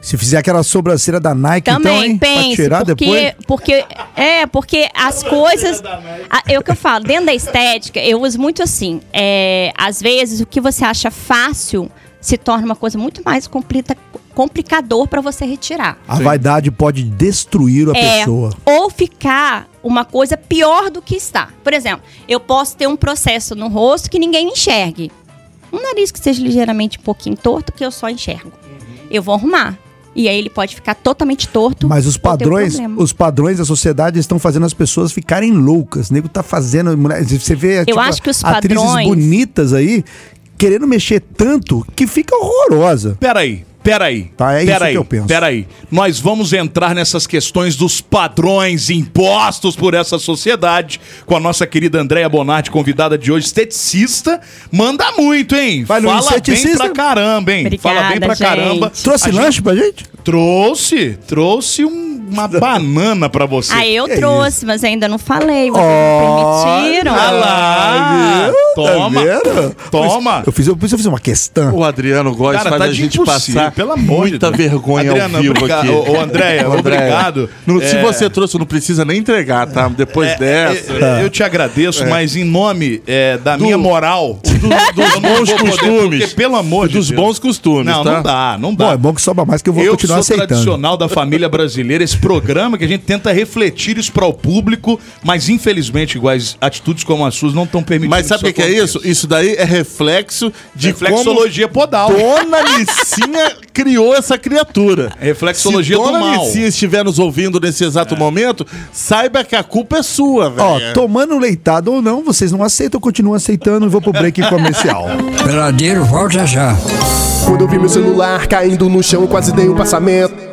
Speaker 2: Se fizer aquela sobrancelha da Nike, então,
Speaker 7: Também
Speaker 2: hein? pra
Speaker 7: pense,
Speaker 2: tirar
Speaker 7: porque,
Speaker 2: depois.
Speaker 7: porque é porque as coisas, a- é o que eu falo dentro da estética, eu uso muito assim, é, às vezes o que você acha fácil se torna uma coisa muito mais complita- complicador para você retirar.
Speaker 2: A vaidade pode destruir a
Speaker 7: É,
Speaker 2: pessoa.
Speaker 7: ou ficar uma coisa pior do que está. Por exemplo, eu posso ter um processo no rosto que ninguém enxergue. Um nariz que seja ligeiramente um pouquinho torto, que eu só enxergo. Eu vou arrumar. E aí ele pode ficar totalmente torto.
Speaker 2: Mas os
Speaker 7: não tem
Speaker 2: padrões,
Speaker 7: um problema.
Speaker 2: os padrões da sociedade estão fazendo as pessoas ficarem loucas. O nego tá fazendo. mulher- Você vê tipo,
Speaker 7: acho que os
Speaker 2: atrizes
Speaker 7: padrões-
Speaker 2: bonitas aí querendo mexer tanto que fica horrorosa.
Speaker 4: Peraí, peraí.
Speaker 2: Tá, é isso
Speaker 4: peraí,
Speaker 2: que eu penso.
Speaker 4: Peraí. Nós vamos entrar nessas questões dos padrões impostos por essa sociedade com a nossa querida Andréia Bonatti, convidada de hoje, esteticista. Manda muito, hein?
Speaker 2: Vai no
Speaker 4: Fala bem
Speaker 2: esteticista?
Speaker 4: pra caramba, hein? Fala bem
Speaker 7: Obrigada,
Speaker 4: pra caramba.
Speaker 7: gente.
Speaker 2: Trouxe
Speaker 4: A
Speaker 2: lanche pra gente?
Speaker 4: gente Trouxe, trouxe um- uma banana pra você.
Speaker 7: Ah, eu
Speaker 2: Que
Speaker 7: trouxe, mas ainda não falei. Vocês não permitiram.
Speaker 4: Ah Oh, lá! Toma!
Speaker 2: Tá vendo?
Speaker 4: Toma!
Speaker 2: Eu fiz, eu fiz uma questão.
Speaker 3: O Adriano Góes
Speaker 4: Cara,
Speaker 3: faz
Speaker 4: tá
Speaker 3: a
Speaker 4: de
Speaker 3: gente
Speaker 4: impossível,
Speaker 3: passar
Speaker 4: pelo amor de
Speaker 3: muita
Speaker 4: Deus.
Speaker 3: vergonha
Speaker 4: Adriano,
Speaker 3: ao vivo
Speaker 4: obrigado.
Speaker 3: aqui.
Speaker 4: Ô, ô, Andréia,
Speaker 3: Ô, Andréia,
Speaker 4: obrigado.
Speaker 3: não- Se
Speaker 4: É.
Speaker 3: você trouxe, não precisa nem entregar, tá? Depois dessa.
Speaker 4: É, Eu te agradeço, mas em nome é, da minha moral,
Speaker 3: Dos bons costumes.
Speaker 4: porque, pelo amor de
Speaker 3: Dos
Speaker 4: Deus.
Speaker 3: bons costumes,
Speaker 4: não,
Speaker 3: tá?
Speaker 4: não dá, não dá.
Speaker 2: Bom, é bom que sobra mais que eu vou
Speaker 4: eu que sou
Speaker 2: continuar aceitando.
Speaker 4: tradicional da família brasileira, esse programa que a gente tenta refletir isso para o público, mas infelizmente iguais atitudes como as suas não estão permitidas.
Speaker 3: Mas sabe o que, que é isso? Isso daí é reflexo de
Speaker 4: Reflexologia podal.
Speaker 3: como Dona Licinha criou essa criatura.
Speaker 4: É Reflexologia
Speaker 3: Se
Speaker 4: do
Speaker 3: Dona
Speaker 4: mal. É.
Speaker 3: Licinha estiver nos ouvindo nesse exato momento, saiba que a culpa é sua, velho.
Speaker 2: Ó, tomando leitado ou não, vocês não aceitam, eu continuo aceitando e vou pro break comercial.
Speaker 8: Peladeiro, volta já.
Speaker 9: Quando eu vi meu celular caindo no chão, quase dei um passamento.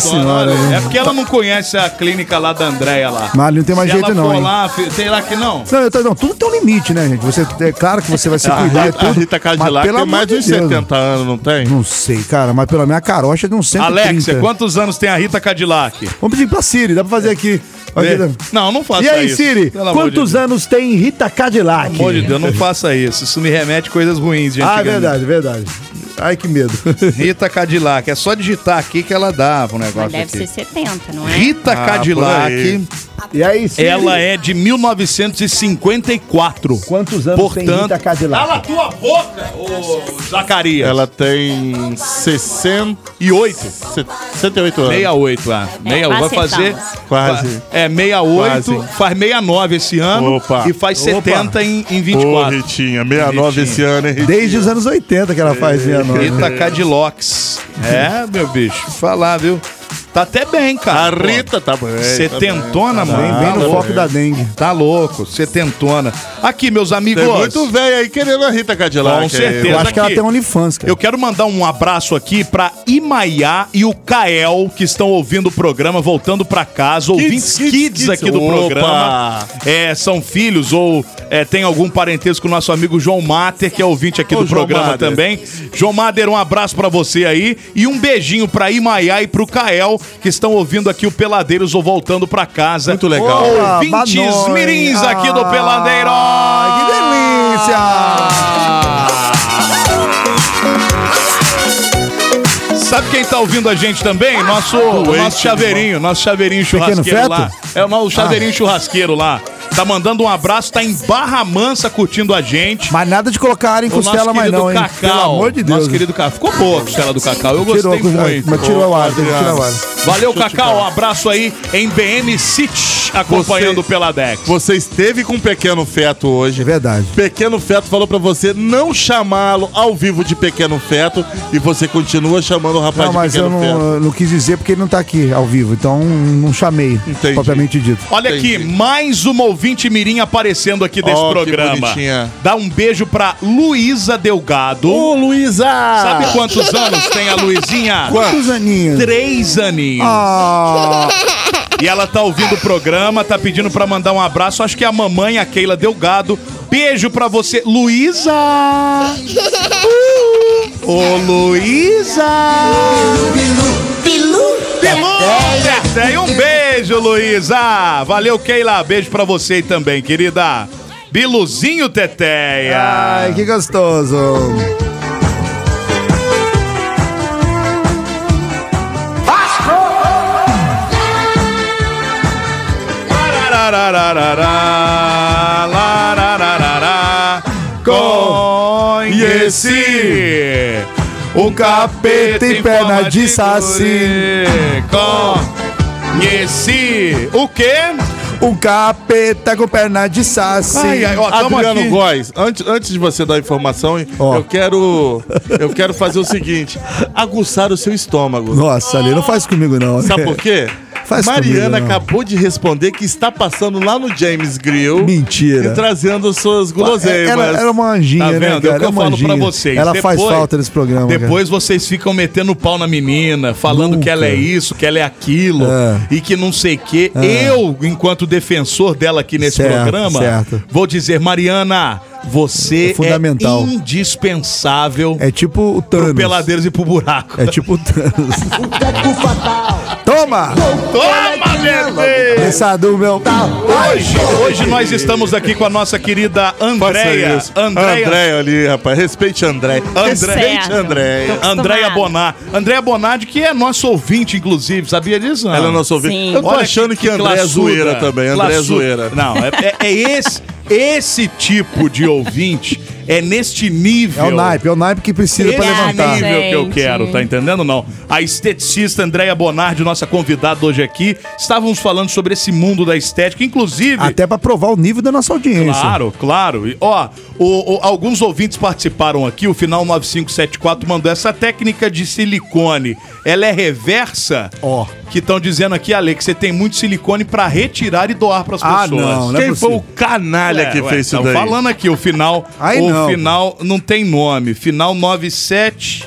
Speaker 4: olha.
Speaker 2: Senhora, hein?
Speaker 4: tá É porque ela não conhece a clínica lá da Andréia lá.
Speaker 2: Mas não tem mais
Speaker 4: Se
Speaker 2: jeito
Speaker 4: ela
Speaker 2: não,
Speaker 4: for
Speaker 2: hein?
Speaker 4: lá, fi- sei lá que não.
Speaker 2: Não, eu tô, não, tudo tem um limite, né, gente? Você, é claro que você vai se
Speaker 3: A
Speaker 2: cuidar e
Speaker 3: Rita,
Speaker 2: tudo.
Speaker 3: a Rita
Speaker 2: mas
Speaker 3: Cadillac
Speaker 2: pelo
Speaker 3: tem
Speaker 2: amor
Speaker 3: mais de
Speaker 2: de
Speaker 3: uns
Speaker 2: Deus.
Speaker 3: 70 anos, não tem?
Speaker 2: Não sei, cara, mas pela minha carocha é de uns 130.
Speaker 4: Alexia, quantos anos tem a Rita Cadillac?
Speaker 2: Vamos pedir pra Siri, dá pra fazer aqui. Aqui,
Speaker 4: Vê.
Speaker 2: dá.
Speaker 4: Não, não faça
Speaker 2: E
Speaker 4: isso.
Speaker 2: aí, Siri,
Speaker 4: Pelo amor de
Speaker 2: quantos
Speaker 4: Deus.
Speaker 2: anos tem Rita Cadillac?
Speaker 4: Pelo amor de Deus, não faça isso. Isso me remete a coisas ruins, gente.
Speaker 2: Ah, é verdade, verdade. Ai, que medo.
Speaker 4: Rita Cadillac. É só digitar aqui que ela dava o negócio
Speaker 7: Mas deve
Speaker 4: aqui.
Speaker 7: ser 70, não é?
Speaker 4: Rita
Speaker 3: Ah, por aí.
Speaker 4: Cadillac,
Speaker 2: E aí, Siri?
Speaker 4: ela é de 1954.
Speaker 2: Quantos anos tem Rita Cadillac?
Speaker 4: Cala a tua boca, ô Zacarias.
Speaker 3: Ela tem 60,
Speaker 4: e oito.
Speaker 3: 68 anos.
Speaker 4: 68, ah. 68. Vai
Speaker 7: quase
Speaker 4: fazer.
Speaker 7: acertamos.
Speaker 3: Quase.
Speaker 4: É, 68,
Speaker 3: Quase.
Speaker 4: faz 69 esse ano
Speaker 3: Opa.
Speaker 4: e faz
Speaker 2: Opa.
Speaker 4: 70 em, em
Speaker 3: Ô,
Speaker 4: 24.
Speaker 3: Ritinha, 69 esse
Speaker 4: Ritinha.
Speaker 3: ano, hein, Ritinha?
Speaker 2: Desde os anos 80 que ela faz, né, Ana?
Speaker 4: É, Rita Cadilox. tá É, meu bicho, falar, viu? Tá até bem,
Speaker 3: A
Speaker 4: cara. Pô,
Speaker 3: Rita tá bem. Tá
Speaker 4: Setentona,
Speaker 2: Bem,
Speaker 4: mano.
Speaker 2: bem no foco da dengue.
Speaker 4: Tá louco, setentona. Aqui, meus amigos.
Speaker 3: Tem é muito velho aí querendo a Rita Cadillac.
Speaker 4: Com
Speaker 3: aí.
Speaker 4: certeza.
Speaker 2: Eu
Speaker 4: Mas
Speaker 2: acho que ela
Speaker 4: aqui-
Speaker 2: tem OnlyFans, cara.
Speaker 4: Eu quero mandar um abraço aqui pra Imaiá e o Kael, que estão ouvindo o programa, voltando pra casa, ouvintes kids,
Speaker 3: kids, kids.
Speaker 4: aqui do
Speaker 3: Opa!
Speaker 4: programa. É, são filhos ou é, tem algum parentesco com o nosso amigo João Mater, que é ouvinte aqui
Speaker 3: Ô,
Speaker 4: do
Speaker 3: João
Speaker 4: programa
Speaker 3: Mater.
Speaker 4: também. João Mader, um abraço pra você aí e um beijinho pra Imaiá e pro Kael, que estão ouvindo aqui o Peladeiros ou voltando pra casa. Muito
Speaker 3: legal. Ah,
Speaker 2: Boa,
Speaker 4: Ouvintes
Speaker 2: Badoi.
Speaker 4: mirins aqui do Peladeiro.
Speaker 2: Que
Speaker 4: Ah!
Speaker 2: delícia!
Speaker 4: Sabe quem tá ouvindo a gente também? Nosso,
Speaker 3: Doente,
Speaker 4: nosso chaveirinho, nosso chaveirinho
Speaker 2: feto? Ah.
Speaker 4: churrasqueiro lá. É o nosso chaveirinho churrasqueiro lá. Tá mandando um abraço, tá em Barra Mansa curtindo a gente.
Speaker 2: Mas nada de colocar em
Speaker 4: O nosso
Speaker 2: costela mais
Speaker 4: querido
Speaker 2: não, hein?
Speaker 4: Cacau.
Speaker 2: Pelo amor de Deus.
Speaker 4: Nosso querido Cacau. Ficou boa a costela do Cacau. Eu
Speaker 2: Tirou
Speaker 4: gostei
Speaker 2: a costela,
Speaker 4: muito.
Speaker 2: mas
Speaker 3: é
Speaker 2: tirou a ar, tem que tirar o ar.
Speaker 4: Valeu, Cacau. Um abraço aí em BM City, acompanhando o Peladex.
Speaker 3: Você esteve com um pequeno feto hoje.
Speaker 2: É verdade.
Speaker 3: Pequeno Feto falou pra você não chamá-lo ao vivo de Pequeno Feto e você continua chamando o rapaz
Speaker 4: Tá
Speaker 2: Não, mas
Speaker 3: de
Speaker 2: eu
Speaker 3: Pequeno Feto.
Speaker 2: não, eu não quis dizer porque ele não tá aqui ao vivo, então não chamei,
Speaker 3: Entendi.
Speaker 2: propriamente dito.
Speaker 4: Olha aqui,
Speaker 3: Entendi.
Speaker 4: mais uma ouvinte mirim aparecendo aqui desse
Speaker 3: Ó, que
Speaker 4: programa.
Speaker 3: bonitinha.
Speaker 4: Dá um beijo pra Luísa Delgado.
Speaker 3: Ô, Luísa!
Speaker 4: Sabe quantos anos tem a Luizinha?
Speaker 2: Quantos aninhos?
Speaker 4: Três aninhos.
Speaker 2: Ah,
Speaker 4: E ela tá ouvindo o programa, tá pedindo pra mandar um abraço. Acho que é a mamãe, a Keila Delgado. Beijo pra você, Luísa! Uh! Ô, Luísa! Pilu! Pilu! Pilu! E um beijo, Luísa! Valeu, Keila. Beijo pra você também, querida. Biluzinho Teteia.
Speaker 2: ai, que gostoso.
Speaker 4: Lararararará, larararará, Conheci um capeta em forma de saci. Conheci o quê?
Speaker 2: Um capeta com perna de saci.
Speaker 4: Ai, ai, ó, tamo
Speaker 3: Adriano
Speaker 4: aqui.
Speaker 3: Góes, antes, antes de você dar a informação,
Speaker 2: Ó.
Speaker 3: eu quero eu quero fazer o seguinte: aguçar o seu estômago.
Speaker 2: Nossa, ali, não faz comigo não.
Speaker 3: Sabe por quê?
Speaker 2: Faz
Speaker 3: Mariana
Speaker 2: comigo, né? não.
Speaker 3: acabou de responder que está passando lá no James Grill
Speaker 2: Mentira.
Speaker 3: e trazendo suas guloseimas.
Speaker 2: Ela, ela é uma anjinha,
Speaker 4: Tá
Speaker 2: né,
Speaker 4: vendo?
Speaker 2: cara?
Speaker 4: é o que
Speaker 2: Ela
Speaker 4: eu
Speaker 2: uma
Speaker 4: falo pra
Speaker 2: anjinha.
Speaker 4: vocês.
Speaker 2: Ela faz falta nesse programa, cara.
Speaker 4: Depois vocês ficam metendo pau na menina, falando
Speaker 2: Nunca.
Speaker 4: que ela é isso, que ela é aquilo
Speaker 2: É.
Speaker 4: e que não sei o quê. Eu, enquanto defensor dela aqui nesse
Speaker 2: Certo,
Speaker 4: programa,
Speaker 2: certo.
Speaker 4: vou dizer, Mariana, você
Speaker 2: É fundamental.
Speaker 4: é indispensável
Speaker 2: É tipo o
Speaker 4: pro
Speaker 2: Thanos.
Speaker 4: peladeiros e pro buraco.
Speaker 2: É tipo o Thanos.
Speaker 6: O treco fatal.
Speaker 2: Toma!
Speaker 4: Toma, bebê!
Speaker 2: Pensado, meu.
Speaker 4: Tá Hoje, hoje nós estamos aqui com a nossa querida
Speaker 3: Faça
Speaker 4: Andréia.
Speaker 3: isso.
Speaker 4: Andréia
Speaker 3: Andréia ali, rapaz. Respeite André. Respeite
Speaker 7: Certo.
Speaker 3: Andréia.
Speaker 4: Andréia Bonar.
Speaker 7: Acostumada.
Speaker 4: Andréia Bonardi, que é nosso ouvinte, inclusive, sabia disso?
Speaker 3: Ela é nossa ouvinte.
Speaker 7: Sim.
Speaker 3: Eu tô achando que, André é zoeira também. André é zoeira.
Speaker 4: Não, é, é- é esse, esse tipo de ouvinte, é neste nível.
Speaker 2: É o naipe, é o naipe que precisa pra
Speaker 7: Obrigada,
Speaker 2: levantar.
Speaker 7: gente.
Speaker 4: nível que eu quero, tá entendendo não? A esteticista Andréia Bonardi, nossa convidada hoje aqui, estávamos falando sobre esse mundo da estética, inclusive...
Speaker 2: Até pra provar o nível da nossa audiência.
Speaker 4: Claro, claro. E, ó, o- o- alguns ouvintes participaram aqui. O final 9574 mandou essa técnica de silicone. Ela é reversa?
Speaker 2: Ó.
Speaker 4: Que estão dizendo aqui, Ale, que você tem muito silicone pra retirar e doar pras
Speaker 2: Ah,
Speaker 4: pessoas. é,
Speaker 2: não, não é
Speaker 3: Quem foi o
Speaker 2: possível.
Speaker 3: canalha que
Speaker 4: Ué,
Speaker 3: fez isso
Speaker 4: tão
Speaker 3: daí?
Speaker 4: falando aqui, o final.
Speaker 2: Aí
Speaker 4: o
Speaker 2: não.
Speaker 4: final não tem nome. Final 97.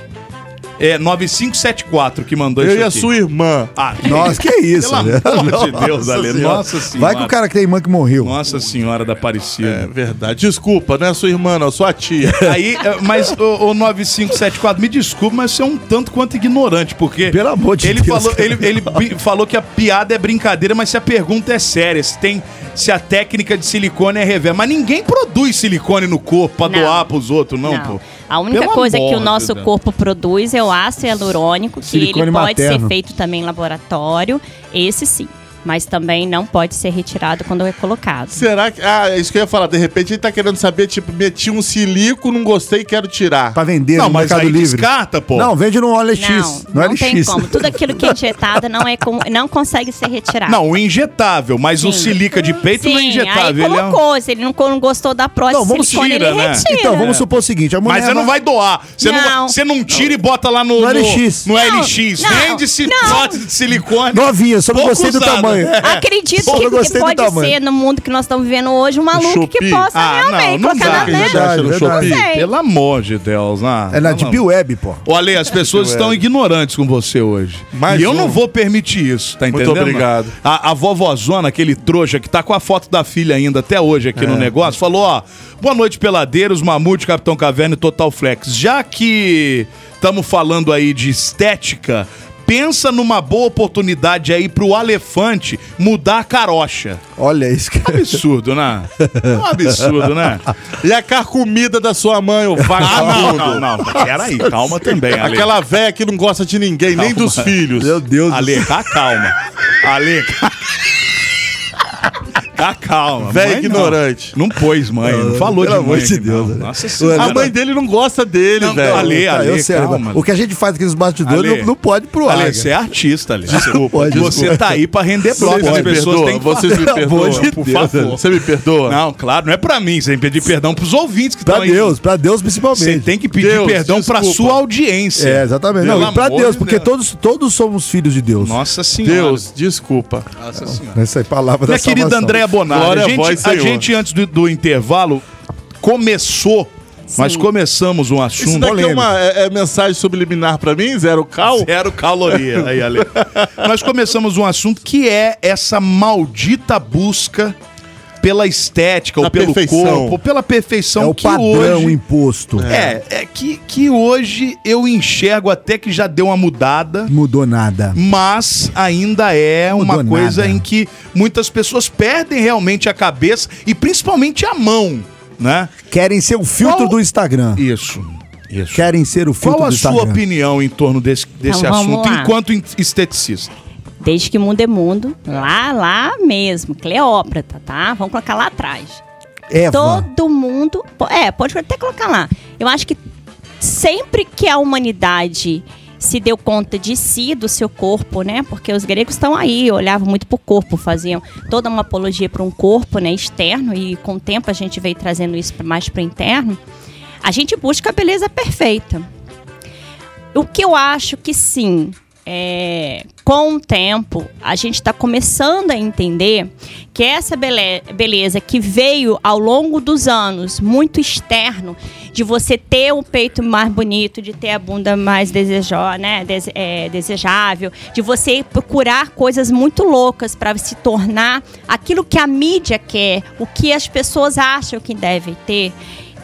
Speaker 4: É 9574 que mandou
Speaker 3: Eu
Speaker 4: isso.
Speaker 3: e a
Speaker 4: aqui.
Speaker 3: sua irmã.
Speaker 4: Ah,
Speaker 2: Nossa, que isso, né?
Speaker 4: Pelo amor de Deus,
Speaker 3: Nossa
Speaker 4: Ale.
Speaker 3: Senhora.
Speaker 4: Nossa senhora.
Speaker 2: Vai que o cara que tem irmã que morreu.
Speaker 4: Nossa senhora da Aparecida.
Speaker 3: É verdade. Desculpa, não é a sua irmã, não, é a sua tia.
Speaker 4: Aí, é, mas o, o 9574, me desculpe, mas você é um tanto quanto ignorante, porque.
Speaker 2: Pelo amor de
Speaker 4: ele
Speaker 2: Deus,
Speaker 4: Falou,
Speaker 2: cara.
Speaker 4: ele, ele bi- falou que a piada é brincadeira, mas se a pergunta é séria, se tem. Se a técnica de silicone é reversa. Mas ninguém produz silicone no corpo pra
Speaker 7: Não.
Speaker 4: doar pros outros, não,
Speaker 7: Não.
Speaker 4: pô.
Speaker 7: A única
Speaker 4: Pelo
Speaker 7: coisa
Speaker 4: amor
Speaker 7: que o
Speaker 4: de
Speaker 7: nosso
Speaker 4: Deus.
Speaker 7: corpo produz é o ácido hialurônico, que
Speaker 2: Silicone
Speaker 7: ele pode
Speaker 2: materno.
Speaker 7: ser feito também em laboratório, esse sim. Mas também não pode ser retirado quando é colocado.
Speaker 3: Será que. Ah, é isso que eu ia falar. De repente ele tá querendo saber, tipo, meti um silico, não gostei, quero tirar.
Speaker 4: Tá
Speaker 2: Pra vender
Speaker 4: Não,
Speaker 2: no
Speaker 4: mas
Speaker 2: Mercado
Speaker 4: aí
Speaker 2: Livre.
Speaker 4: descarta, pô.
Speaker 2: Não, vende no
Speaker 4: é
Speaker 2: OLX.
Speaker 7: Não,
Speaker 2: no
Speaker 7: não,
Speaker 2: OLX.
Speaker 7: tem como. Tudo aquilo que é injetado não, é com- não consegue ser retirado.
Speaker 4: Não, o injetável, mas o silica de peito
Speaker 7: Sim,
Speaker 4: não é injetável.
Speaker 7: Aí
Speaker 4: ele é um-
Speaker 7: colocou, se ele não, não gostou da prótese,
Speaker 4: Não, vamos
Speaker 7: silicone,
Speaker 4: tira,
Speaker 7: ele
Speaker 4: né?
Speaker 7: retira.
Speaker 2: Então, vamos supor o seguinte: a mulher.
Speaker 4: Mas você não vai doar. Você não,
Speaker 7: né? Não.
Speaker 4: você não tira e bota lá no,
Speaker 2: No LX.
Speaker 4: No, no
Speaker 7: Não,
Speaker 4: LX.
Speaker 7: não,
Speaker 4: Vende-se
Speaker 7: não.
Speaker 4: prótese de silicone.
Speaker 2: Novinha, só não
Speaker 4: Pouco
Speaker 2: gostei do
Speaker 4: usada. É.
Speaker 2: tamanho.
Speaker 7: Acredito
Speaker 2: Pô, eu
Speaker 7: que,
Speaker 2: gostei
Speaker 7: que
Speaker 2: do
Speaker 7: pode
Speaker 2: tamanho.
Speaker 7: ser no mundo que nós estamos vivendo hoje um maluco
Speaker 3: Shopee?
Speaker 7: que possa
Speaker 4: Ah, não,
Speaker 7: realmente
Speaker 4: não dá.
Speaker 7: colocar
Speaker 3: Que
Speaker 7: na
Speaker 3: a gente
Speaker 7: tela.
Speaker 3: acha no
Speaker 2: É verdade.
Speaker 3: Shopee?
Speaker 7: Sei.
Speaker 4: Pelo amor de Deus, né?
Speaker 2: É na Deep Web, pô.
Speaker 4: Olha, as pessoas estão ignorantes com você hoje.
Speaker 3: Mais
Speaker 4: e eu
Speaker 3: um.
Speaker 4: não vou permitir isso, tá
Speaker 3: Muito
Speaker 4: entendendo?
Speaker 3: obrigado.
Speaker 4: A, a vovozona, aquele trouxa que tá com a foto da filha ainda até hoje aqui no negócio, falou, ó, boa noite, peladeiros, Mamute, Capitão Caverna e Total Flex. Já que estamos falando aí de estética, Pensa numa boa oportunidade aí pro elefante mudar a carocha.
Speaker 10: Olha isso, cara.
Speaker 4: Absurdo, né? É um absurdo, né?
Speaker 3: E a carcomida da sua mãe, o
Speaker 4: Ah, não,
Speaker 3: vagabundo.
Speaker 4: não, não. Peraí, calma também, Ale.
Speaker 3: Aquela véia que não gosta de ninguém, nem
Speaker 4: Tá Calma.
Speaker 3: dos filhos. Meu
Speaker 10: Deus
Speaker 4: Ale, tá calma. Ale, tá- tá calma.
Speaker 3: Véia
Speaker 4: Mãe, não.
Speaker 3: ignorante.
Speaker 4: Não pôs, mãe. Não falou de
Speaker 10: Pelo
Speaker 4: mãe.
Speaker 10: amor de
Speaker 4: aqui,
Speaker 10: Deus,
Speaker 4: não.
Speaker 10: né?
Speaker 4: Nossa
Speaker 10: O
Speaker 4: senhora.
Speaker 3: A mãe dele não gosta dele,
Speaker 4: Não,
Speaker 3: velho.
Speaker 4: não, Ale,
Speaker 10: Tá,
Speaker 4: Ale,
Speaker 10: eu
Speaker 2: né?
Speaker 10: sério,
Speaker 4: calma.
Speaker 10: mano. O que a gente faz aqui nos bastidores
Speaker 4: Ale,
Speaker 10: não, não pode pro ar.
Speaker 4: Ale,
Speaker 10: cara.
Speaker 4: você é artista, Ale. Desculpa.
Speaker 10: pode,
Speaker 4: você
Speaker 10: desculpa.
Speaker 4: tá aí pra render bloco.
Speaker 3: Vocês
Speaker 4: As
Speaker 3: me
Speaker 4: pessoas
Speaker 3: perdoam,
Speaker 4: têm que
Speaker 3: vocês me
Speaker 4: falar.
Speaker 3: perdoam,
Speaker 4: Pelo amor de
Speaker 3: por
Speaker 4: Deus,
Speaker 3: favor.
Speaker 4: Ale.
Speaker 3: Você me perdoa?
Speaker 4: Não, claro, não é pra mim. Você tem que pedir perdão pros ouvintes que
Speaker 10: Pra
Speaker 4: estão aí.
Speaker 10: Deus, pra Deus
Speaker 4: Você
Speaker 10: principalmente.
Speaker 4: tem que pedir
Speaker 3: Deus,
Speaker 4: perdão pra
Speaker 3: desculpa.
Speaker 4: sua audiência.
Speaker 10: É, exatamente.
Speaker 4: Pelo
Speaker 10: não, e pra
Speaker 4: amor
Speaker 10: Deus,
Speaker 4: de
Speaker 10: porque todos, todos somos filhos de Deus.
Speaker 4: Nossa Senhora.
Speaker 3: Deus, desculpa.
Speaker 4: Nossa Senhora.
Speaker 10: Essa é a palavra
Speaker 4: Minha
Speaker 10: da
Speaker 4: querida
Speaker 10: salvação.
Speaker 4: Andréa Bonari,
Speaker 3: Glória
Speaker 4: a
Speaker 3: a
Speaker 4: gente,
Speaker 3: vós,
Speaker 4: a
Speaker 3: Senhor.
Speaker 4: gente, antes do, do intervalo, começou, nós começamos um assunto...
Speaker 3: Isso daqui é, uma, é, é mensagem subliminar pra mim? Zero cal?
Speaker 4: Zero caloria. Aí, Ale. Nós começamos um assunto que é essa maldita busca pela estética, ou
Speaker 3: Na
Speaker 4: pelo
Speaker 3: perfeição.
Speaker 4: corpo, pela perfeição
Speaker 10: É o
Speaker 4: que
Speaker 10: padrão
Speaker 4: hoje...
Speaker 10: imposto.
Speaker 4: É, é que, que hoje eu enxergo até que já deu uma mudada,
Speaker 10: Mudou nada.
Speaker 4: mas ainda é
Speaker 10: Mudou
Speaker 4: uma coisa
Speaker 10: nada.
Speaker 4: em que muitas pessoas perdem realmente a cabeça e principalmente a mão, né?
Speaker 10: Querem ser o filtro
Speaker 4: Qual-
Speaker 10: do Instagram.
Speaker 4: Isso. Isso.
Speaker 10: Querem ser o filtro
Speaker 4: é Qual a
Speaker 10: do
Speaker 4: sua
Speaker 10: Instagram.
Speaker 4: opinião em torno desse, desse
Speaker 7: Então, vamos
Speaker 4: assunto
Speaker 7: lá.
Speaker 4: enquanto in- esteticista?
Speaker 7: Desde que mundo é mundo, lá, lá mesmo, Cleópatra, tá? Vamos colocar lá atrás.
Speaker 10: Eva.
Speaker 7: Todo mundo. po- É, pode até colocar lá. Eu acho que sempre que a humanidade se deu conta de si, do seu corpo, né? Porque os gregos estão aí, olhavam muito pro corpo, faziam toda uma apologia para um corpo, né, externo e com o tempo a gente veio trazendo isso pra- mais para interno. A gente busca a beleza perfeita. O que eu acho que sim, é, com o tempo, a gente está começando a entender que essa bele- beleza que veio ao longo dos anos, muito externo, de você ter o peito mais bonito, de ter a bunda mais desejó, né, des- é, desejável, de você procurar coisas muito loucas para se tornar aquilo que a mídia quer, o que as pessoas acham que devem ter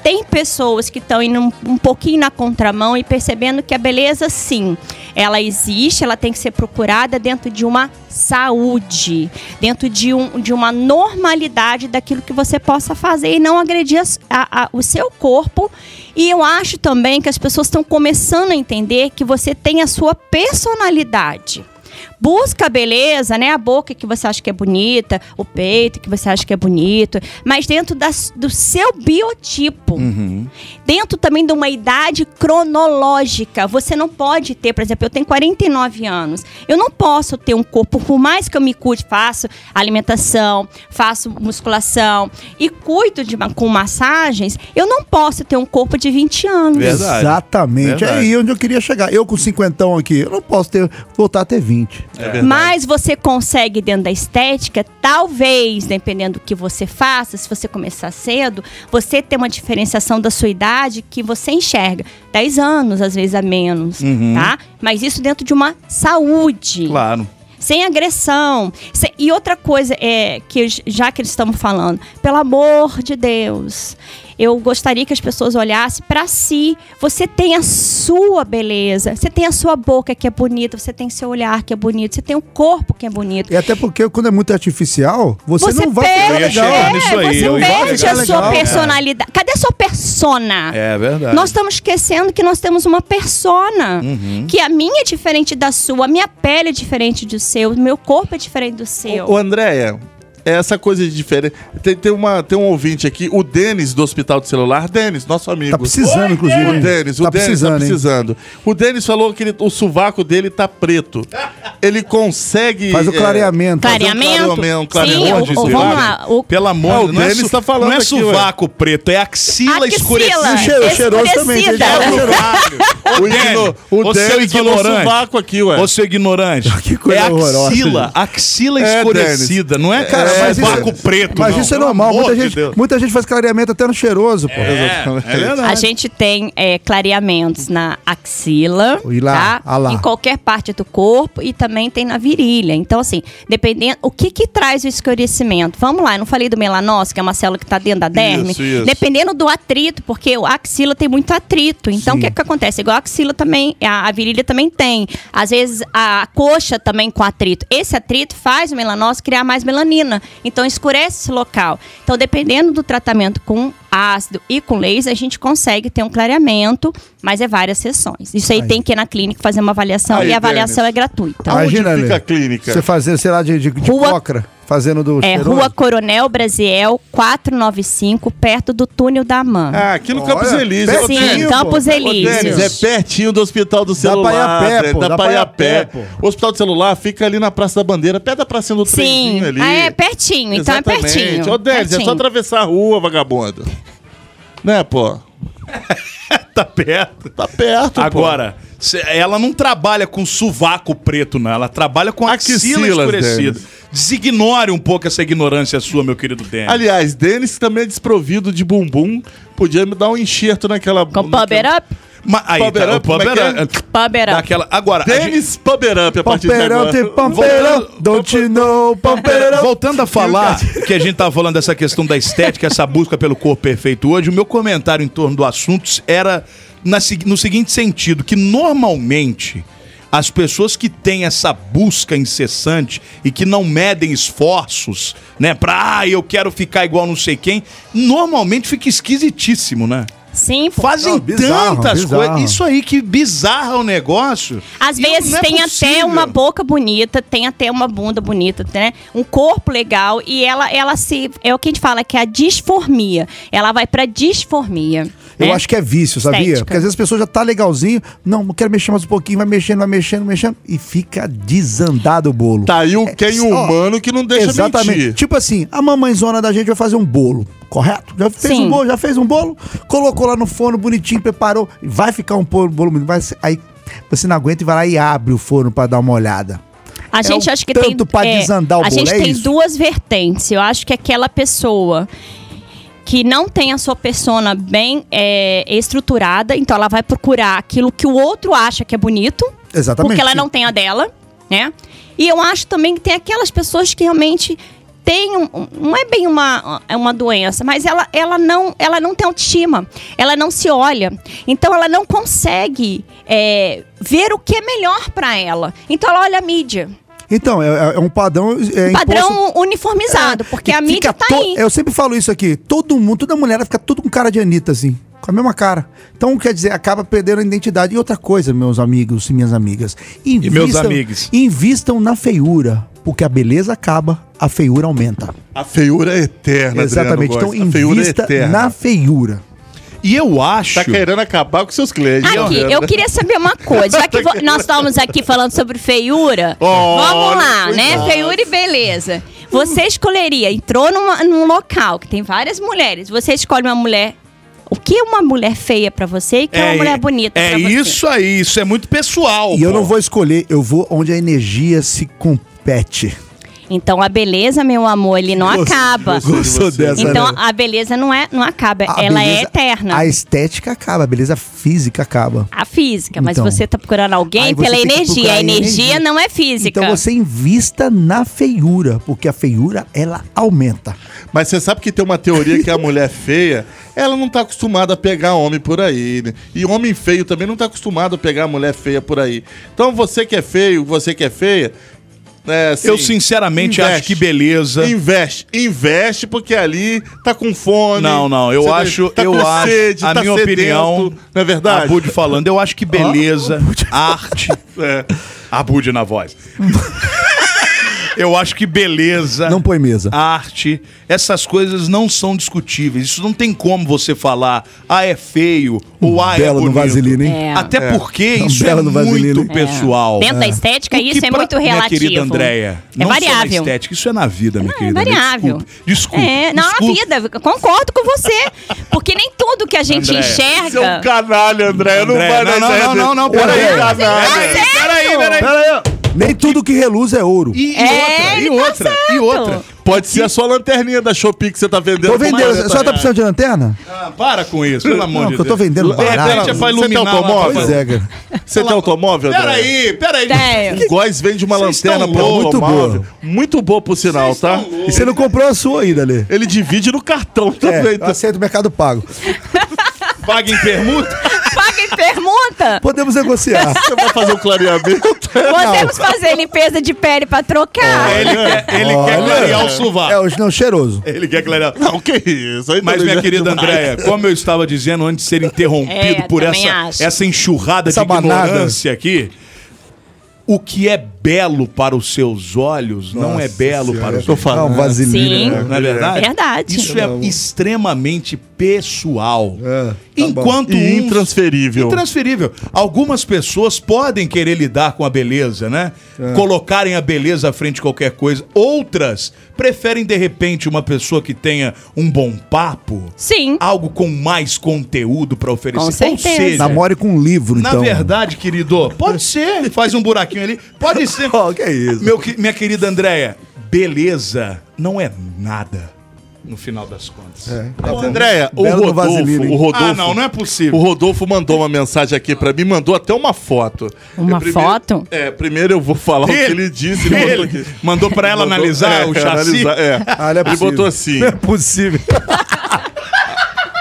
Speaker 7: tem pessoas que estão indo um, um pouquinho na contramão e percebendo que a beleza, sim, ela existe, ela tem que ser procurada dentro de uma saúde, dentro de, um, de uma normalidade daquilo que você possa fazer e não agredir as- a- a- o seu corpo. E eu acho também que as pessoas estão começando a entender que você tem a sua personalidade busca a beleza, né? A boca que você acha que é bonita, o peito que você acha que é bonito, mas dentro das- do seu biotipo. Dentro também de uma idade cronológica. Você não pode ter, por exemplo, eu tenho 49 anos. Eu não posso ter um corpo, por mais que eu me cuide, faço alimentação, faço musculação e cuido de, ma- com massagens, eu não posso ter um corpo de 20 anos.
Speaker 4: Verdade.
Speaker 10: Exatamente.
Speaker 4: Verdade.
Speaker 10: É aí onde eu queria chegar. Eu com cinquentão aqui, eu não posso ter, voltar a ter 20.
Speaker 7: É
Speaker 4: É
Speaker 7: Mas você consegue dentro da estética, talvez, dependendo do que você faça, se você começar cedo, você ter uma diferenciação da sua idade que você enxerga. 10 anos, às vezes, a menos, tá? Mas isso dentro de uma saúde
Speaker 4: Claro.
Speaker 7: sem agressão. Sem- E outra coisa é que j- já que eles estão falando, pelo amor de Deus, eu gostaria que as pessoas olhassem para si. Você tem a sua beleza, você tem a sua boca que é bonita, você tem seu olhar que é bonito, você tem o corpo que é bonito.
Speaker 10: E até porque quando é muito artificial, você, não vai
Speaker 7: perde,
Speaker 4: Eu ia chegar
Speaker 7: é,
Speaker 4: nisso aí,
Speaker 7: você
Speaker 4: eu ia
Speaker 7: perde
Speaker 4: chegar
Speaker 7: a sua
Speaker 10: legal, cara.
Speaker 7: personalidade. Cadê a sua persona?
Speaker 4: É verdade.
Speaker 7: Nós estamos esquecendo que nós temos uma persona.
Speaker 4: Uhum.
Speaker 7: Que a minha é diferente da sua, a minha pele é diferente do seu, o meu corpo é diferente do seu.
Speaker 3: Ô, ô, Andréia, é essa coisa de diferente. Tem, tem, uma, tem um ouvinte aqui, o Denis do Hospital de Celular. Denis, nosso amigo.
Speaker 10: Tá precisando, inclusive.
Speaker 3: O
Speaker 10: hein?
Speaker 3: Denis, o
Speaker 10: tá
Speaker 3: Denis
Speaker 10: precisando,
Speaker 3: tá
Speaker 10: hein?
Speaker 3: precisando. O Denis falou que ele- o sovaco dele tá preto. Ele consegue.
Speaker 10: Faz o
Speaker 3: é,
Speaker 10: clareamento.
Speaker 3: Fazer um
Speaker 7: Clareamento?
Speaker 3: clareamento,
Speaker 7: Sim,
Speaker 3: clareamento,
Speaker 7: o- o- vamos
Speaker 3: clareamento.
Speaker 7: lá. O
Speaker 4: Pelo amor
Speaker 3: o
Speaker 4: de Deus,
Speaker 3: Denis tá falando
Speaker 4: não é
Speaker 3: aqui,
Speaker 4: sovaco preto, é axila,
Speaker 7: Axila.
Speaker 4: escurecida.
Speaker 10: Cheiro- cheiroso também, tem
Speaker 7: Escurecida.
Speaker 10: gente que é
Speaker 3: O,
Speaker 4: Denis,
Speaker 3: igno- o
Speaker 4: você é o
Speaker 3: Denis falou
Speaker 4: ignorante.
Speaker 3: sovaco aqui, ué.
Speaker 4: Ô, seu ignorante.
Speaker 10: Que coisa
Speaker 4: é
Speaker 10: horrorosa,
Speaker 4: axila,
Speaker 10: gente.
Speaker 4: axila
Speaker 3: É,
Speaker 4: escurecida, não é, cara? mas vácuo preto,
Speaker 2: Mas
Speaker 4: não.
Speaker 2: isso é
Speaker 4: Pelo
Speaker 2: normal.
Speaker 4: amor
Speaker 2: Muita
Speaker 4: de Deus. É,
Speaker 2: gente, muita gente faz clareamento até no cheiroso, pô.
Speaker 7: A gente tem é, clareamentos na axila,
Speaker 2: E lá,
Speaker 7: tá?
Speaker 2: ah lá.
Speaker 7: Em qualquer parte do corpo e também tem na virilha. Então, assim, dependendo... O que que traz o escurecimento? Vamos lá, eu não falei do melanócito, que é uma célula que tá dentro da derme?
Speaker 11: Isso, isso.
Speaker 7: Dependendo do atrito, porque a axila tem muito atrito. Então, o
Speaker 11: Sim.
Speaker 7: que que acontece? Igual a axila também, a, a virilha também tem. Às vezes, a coxa também com atrito. Esse atrito faz o melanócito criar mais melanina. Então, escurece esse local. Então, dependendo do tratamento com ácido e com laser, a gente consegue ter um clareamento, mas é várias sessões. Isso aí, tem que ir na clínica fazer uma avaliação
Speaker 2: Aí, Ah,
Speaker 7: e a avaliação
Speaker 2: Dennis.
Speaker 7: é gratuita.
Speaker 2: Imagina,
Speaker 3: fica
Speaker 2: Lê,
Speaker 3: a clínica?
Speaker 2: Você fazendo, sei lá, de, de, de cocra, fazendo do
Speaker 7: É
Speaker 2: cheiroso.
Speaker 7: Rua Coronel Brasiel 495, perto do túnel da Man.
Speaker 3: Ah, aqui no Campos Elíseos.
Speaker 7: Sim,
Speaker 3: Pertinho,
Speaker 7: Campos
Speaker 3: pô. Ô, Denis, É
Speaker 7: Elíseos.
Speaker 3: pertinho do Hospital do Celular.
Speaker 2: pra ir a pé,
Speaker 3: né?
Speaker 2: pô,
Speaker 3: Dá pra ir a pé.
Speaker 2: pô.
Speaker 3: O Hospital do Celular fica ali na Praça da Bandeira, perto da pracinha do
Speaker 7: Sim,
Speaker 3: trenzinho ali.
Speaker 7: ah, é pertinho, então é
Speaker 3: Exatamente.
Speaker 7: pertinho.
Speaker 3: Ô, Denis, é só
Speaker 7: Pertinho.
Speaker 3: atravessar a rua, vagabundo. Né, pô?
Speaker 4: tá perto.
Speaker 3: Tá perto,
Speaker 4: Agora, cê- ela não trabalha com sovaco preto, não. Ela trabalha com
Speaker 3: Ah,
Speaker 4: axila
Speaker 3: Axilas,
Speaker 4: escurecida.
Speaker 3: Denis.
Speaker 4: Designore um pouco essa ignorância sua, meu querido Denis.
Speaker 3: Aliás, Denis também é desprovido de bumbum. Podia me dar um enxerto naquela... Com
Speaker 7: Pumper up?
Speaker 4: Mas aí,
Speaker 3: Pump
Speaker 4: tá,
Speaker 3: it
Speaker 4: o
Speaker 3: up, como é
Speaker 4: pumper
Speaker 3: que é?
Speaker 4: up.
Speaker 7: Pumper up.
Speaker 4: Daquela, agora, a
Speaker 3: Denis Pumper Up a partir de
Speaker 2: Pamperão,
Speaker 3: agora.
Speaker 2: tem pamperão, don't you know, pamperão.
Speaker 4: Voltando a falar que a gente tava falando dessa questão da estética, essa busca pelo corpo perfeito hoje, o meu comentário em torno do assunto era na se- no seguinte sentido, que normalmente as pessoas que têm essa busca incessante e que não medem esforços, né, pra ah, eu quero ficar igual não sei quem, normalmente fica esquisitíssimo, né?
Speaker 7: Sim, pô.
Speaker 4: Fazem
Speaker 7: Não, bizarro,
Speaker 4: tantas
Speaker 7: bizarro.
Speaker 4: coisas. Isso aí que bizarra o negócio.
Speaker 7: Às
Speaker 4: E
Speaker 7: vezes
Speaker 4: não é
Speaker 7: tem até
Speaker 4: possível.
Speaker 7: uma boca bonita, tem até uma bunda bonita, né? Um corpo legal e ela, ela se. É o que a gente fala, que é a disformia. Ela vai pra disformia.
Speaker 2: Eu
Speaker 7: né?
Speaker 2: acho que é vício, sabia?
Speaker 7: Estética.
Speaker 2: Porque às vezes a pessoa já tá legalzinho, não, não quero mexer mais um pouquinho, vai mexendo, vai mexendo, mexendo, e fica desandado o bolo.
Speaker 3: Tá aí o quem humano que não deixa
Speaker 2: Exatamente.
Speaker 3: mentir.
Speaker 2: Tipo assim, a mamãezona da gente vai fazer um bolo, correto? Já fez
Speaker 7: Sim.
Speaker 2: um bolo, já fez um bolo, colocou lá no forno bonitinho, preparou, e vai ficar um bolo, bolo bonito, vai ser- aí você não aguenta e vai lá e abre o forno pra dar uma olhada.
Speaker 7: A gente
Speaker 2: é um
Speaker 7: acha que
Speaker 2: tanto
Speaker 7: tem.
Speaker 2: pra
Speaker 7: é,
Speaker 2: desandar o
Speaker 7: A
Speaker 2: bolo,
Speaker 7: gente
Speaker 2: é
Speaker 7: tem
Speaker 2: isso?
Speaker 7: duas vertentes. Eu acho que aquela pessoa que não tem a sua persona bem é, estruturada, então ela vai procurar aquilo que o outro acha que é bonito.
Speaker 2: Exatamente.
Speaker 7: Porque ela
Speaker 2: Sim.
Speaker 7: não tem a dela, né? E eu acho também que tem aquelas pessoas que realmente têm um, um- não é bem uma, é uma doença, mas ela, ela não ela não tem autoestima, ela não se olha, então ela não consegue é, ver o que é melhor pra ela. Então ela olha a mídia,
Speaker 2: Então, é, é um padrão. É,
Speaker 7: um padrão
Speaker 2: imposto- É,
Speaker 7: uniformizado, porque a
Speaker 2: Fica é
Speaker 7: mídia tá
Speaker 2: to-
Speaker 7: aí.
Speaker 2: Eu sempre falo isso aqui. Todo mundo, toda mulher, ela fica tudo com cara de Anitta, assim. Com a mesma cara. Então, quer dizer, acaba perdendo a identidade. E outra coisa, meus amigos e minhas amigas. Invistam,
Speaker 4: meus amigos.
Speaker 2: Invistam na feiura. Porque a beleza acaba, a feiura aumenta.
Speaker 3: A feiura é eterna,
Speaker 2: Exatamente.
Speaker 3: Adriano
Speaker 2: Então,
Speaker 3: Góes. A feiura é
Speaker 2: invista
Speaker 3: eterna.
Speaker 2: na feiura.
Speaker 4: E eu acho.
Speaker 3: Tá querendo acabar com seus
Speaker 2: um
Speaker 3: clientes. né,
Speaker 7: Aqui,
Speaker 3: Adriano?
Speaker 7: eu queria saber uma coisa, já que vo- nós estamos aqui falando sobre feiura, vamos lá,
Speaker 11: cuidado.
Speaker 2: é.
Speaker 7: né? Feiura e beleza. Você escolheria, entrou numa- num local que tem várias mulheres, você escolhe uma mulher. O que é uma mulher feia pra você e o que é, uma mulher bonita
Speaker 4: É
Speaker 7: pra você?
Speaker 4: isso aí, isso é muito pessoal.
Speaker 2: E eu não vou escolher, eu vou onde a energia se compete.
Speaker 7: Então a beleza, meu amor, ele não
Speaker 2: Gostei-
Speaker 7: acaba.
Speaker 2: gostei de Gostou você. dessa,
Speaker 7: Então
Speaker 2: né?
Speaker 7: a beleza não é, não acaba,
Speaker 2: A
Speaker 7: ela é
Speaker 2: beleza-
Speaker 7: eterna.
Speaker 2: A estética acaba, a beleza física acaba.
Speaker 7: A física, mas
Speaker 2: Então.
Speaker 7: você tá procurando alguém
Speaker 2: Aí você
Speaker 7: pela
Speaker 2: tem que
Speaker 7: energia.
Speaker 2: procurar
Speaker 7: A energia
Speaker 2: energia.
Speaker 7: não é física.
Speaker 2: Então você invista na feiura, porque a feiura ela aumenta.
Speaker 3: Mas você sabe que tem uma teoria que a mulher feia, ela não tá acostumada a pegar homem por aí, né? E homem feio também não tá acostumado a pegar mulher feia por aí. Então você que é feio, você que é feia. é, assim,
Speaker 4: Eu sinceramente
Speaker 3: investe.
Speaker 4: acho que beleza.
Speaker 3: Investe, investe, porque ali tá com fome.
Speaker 4: Não, não, eu
Speaker 3: você tá-
Speaker 4: acho,
Speaker 3: tá
Speaker 4: eu
Speaker 3: com
Speaker 4: acho,
Speaker 3: sede,
Speaker 4: a
Speaker 3: tá
Speaker 4: minha
Speaker 3: sedento,
Speaker 4: opinião,
Speaker 3: não é verdade?
Speaker 4: Abud falando, eu acho que beleza, arte,
Speaker 3: É.
Speaker 4: Abud na voz. eu acho que beleza,
Speaker 2: Não põe mesa.
Speaker 4: arte, essas coisas não são discutíveis. Isso não tem como você falar, ah, é feio, ou ah, é
Speaker 2: Belo no
Speaker 4: bonito.
Speaker 2: vaselina, hein? É.
Speaker 4: Até
Speaker 2: É.
Speaker 4: porque
Speaker 2: Não,
Speaker 4: isso é
Speaker 2: belo no vaselina,
Speaker 4: muito
Speaker 2: hein?
Speaker 4: pessoal.
Speaker 7: Dentro da estética,
Speaker 4: O que
Speaker 7: isso é
Speaker 4: pra-
Speaker 7: muito
Speaker 4: Minha querida
Speaker 7: relativo.
Speaker 4: Andréia,
Speaker 7: É
Speaker 4: não só
Speaker 7: variável.
Speaker 4: na estética, isso é na vida, minha
Speaker 7: É
Speaker 4: querida. me
Speaker 7: variável.
Speaker 4: Desculpe, desculpe.
Speaker 7: É, não, na
Speaker 4: desculpe.
Speaker 7: vida, eu concordo com você. Porque nem tudo que a gente
Speaker 4: Andréia,
Speaker 7: enxerga. Tá
Speaker 3: Você é um canalha, André. Eu não
Speaker 4: André,
Speaker 3: vai
Speaker 4: não,
Speaker 3: nessa
Speaker 4: não,
Speaker 3: ideia
Speaker 4: não,
Speaker 3: dele.
Speaker 4: não, não,
Speaker 3: Olha
Speaker 4: peraí.
Speaker 3: aí, canalha.
Speaker 2: Peraí, Nem tudo que reluz é ouro.
Speaker 4: E, e
Speaker 7: É, tá
Speaker 4: outra, e outra, e outra.
Speaker 3: Pode ser a sua lanterninha da Shopee que você tá vendendo.
Speaker 10: Tô vendendo. A senhora tá precisando de lanterna?
Speaker 3: Ah, para com isso, pelo amor
Speaker 10: Não,
Speaker 3: de
Speaker 10: que eu
Speaker 3: Deus.
Speaker 10: tô vendendo
Speaker 3: De repente
Speaker 10: barato.
Speaker 3: é pra
Speaker 10: Você tem
Speaker 3: iluminar lá,
Speaker 10: automóvel?
Speaker 3: pra-
Speaker 10: Pois é, cara.
Speaker 3: Você tem automóvel, é, André?
Speaker 4: Peraí, peraí.
Speaker 7: Tenho.
Speaker 3: O Góis vende uma
Speaker 10: Vocês
Speaker 3: lanterna
Speaker 10: estão
Speaker 3: pra
Speaker 10: loucos.
Speaker 3: muito
Speaker 10: Muito
Speaker 3: boa.
Speaker 10: boa.
Speaker 3: Muito boa, por sinal, tá?
Speaker 10: E você não comprou a sua ainda, Lê?
Speaker 3: Ele divide no cartão
Speaker 10: também. É, aceita o Mercado Pago.
Speaker 3: Paga em permuta?
Speaker 7: Paga em permuta?
Speaker 10: Podemos negociar.
Speaker 3: Você vai fazer um clareamento?
Speaker 7: Podemos fazer limpeza de pele pra trocar.
Speaker 4: Ele quer, ele quer clarear o sovaco.
Speaker 10: É, hoje não, cheiroso.
Speaker 4: Ele quer clarear.
Speaker 3: Não, que isso. aí
Speaker 4: Mas,
Speaker 3: também já
Speaker 4: minha
Speaker 3: é
Speaker 4: querida
Speaker 3: demais.
Speaker 4: Andréia, como eu estava dizendo antes de ser interrompido
Speaker 7: É,
Speaker 4: por
Speaker 7: também
Speaker 4: essa,
Speaker 7: acho.
Speaker 4: essa enxurrada
Speaker 10: Essa
Speaker 4: de
Speaker 10: manada.
Speaker 4: ignorância aqui, o que é belo para os seus olhos não é belo para os
Speaker 10: Tô
Speaker 4: seus
Speaker 10: falando. Não,
Speaker 7: Sim.
Speaker 10: um vaselina. né?
Speaker 4: Não é verdade?
Speaker 7: Verdade.
Speaker 4: Isso é extremamente pessoal.
Speaker 10: É, tá
Speaker 4: Enquanto
Speaker 3: E
Speaker 4: uns-
Speaker 3: intransferível.
Speaker 4: Intransferível. Algumas pessoas podem querer lidar com a beleza, né? Colocarem a beleza à frente de qualquer coisa. Outras preferem, de repente, uma pessoa que tenha um bom papo.
Speaker 7: Sim.
Speaker 4: Algo com mais conteúdo pra oferecer.
Speaker 7: Com certeza.
Speaker 4: Ou seja,
Speaker 10: Namore com um livro,
Speaker 4: na
Speaker 10: então.
Speaker 4: verdade, querido, pode ser. Faz um buraquinho ali. Pode ser.
Speaker 10: Ó, que é isso.
Speaker 4: Meu que- minha querida Andréia, beleza não é nada, no final das contas.
Speaker 10: É.
Speaker 3: Ô, Andréia, o
Speaker 10: Belo do
Speaker 3: Rodolfo,
Speaker 10: vaselina, hein?
Speaker 3: o Rodolfo.
Speaker 4: Tá Ah, não, não é possível.
Speaker 3: O Rodolfo mandou uma mensagem aqui pra mim, mandou até uma foto.
Speaker 7: Uma
Speaker 3: Eu
Speaker 7: foto?
Speaker 3: É, primeiro eu vou falar o que ele disse. Ele,
Speaker 4: Ele
Speaker 3: mandou aqui.
Speaker 4: mandou pra ela
Speaker 3: Mandou-
Speaker 4: analisar
Speaker 3: é,
Speaker 4: o chassi.
Speaker 3: analisar, é.
Speaker 10: Ah, não é
Speaker 3: ele
Speaker 10: possível.
Speaker 3: botou assim.
Speaker 10: Não é possível.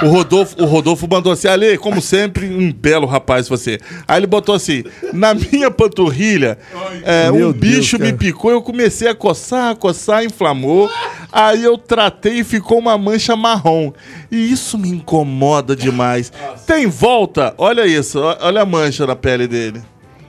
Speaker 3: O Rodolfo, o Rodolfo mandou assim, Ale, como sempre, um belo rapaz você. Aí ele botou assim, na minha panturrilha, é, um
Speaker 10: Meu Deus,
Speaker 3: bicho me
Speaker 10: cara.
Speaker 3: picou, eu comecei a coçar, coçar, inflamou. Aí eu tratei e ficou uma mancha marrom. E isso me incomoda demais. Tem volta? Olha isso, ó- olha a mancha na pele dele.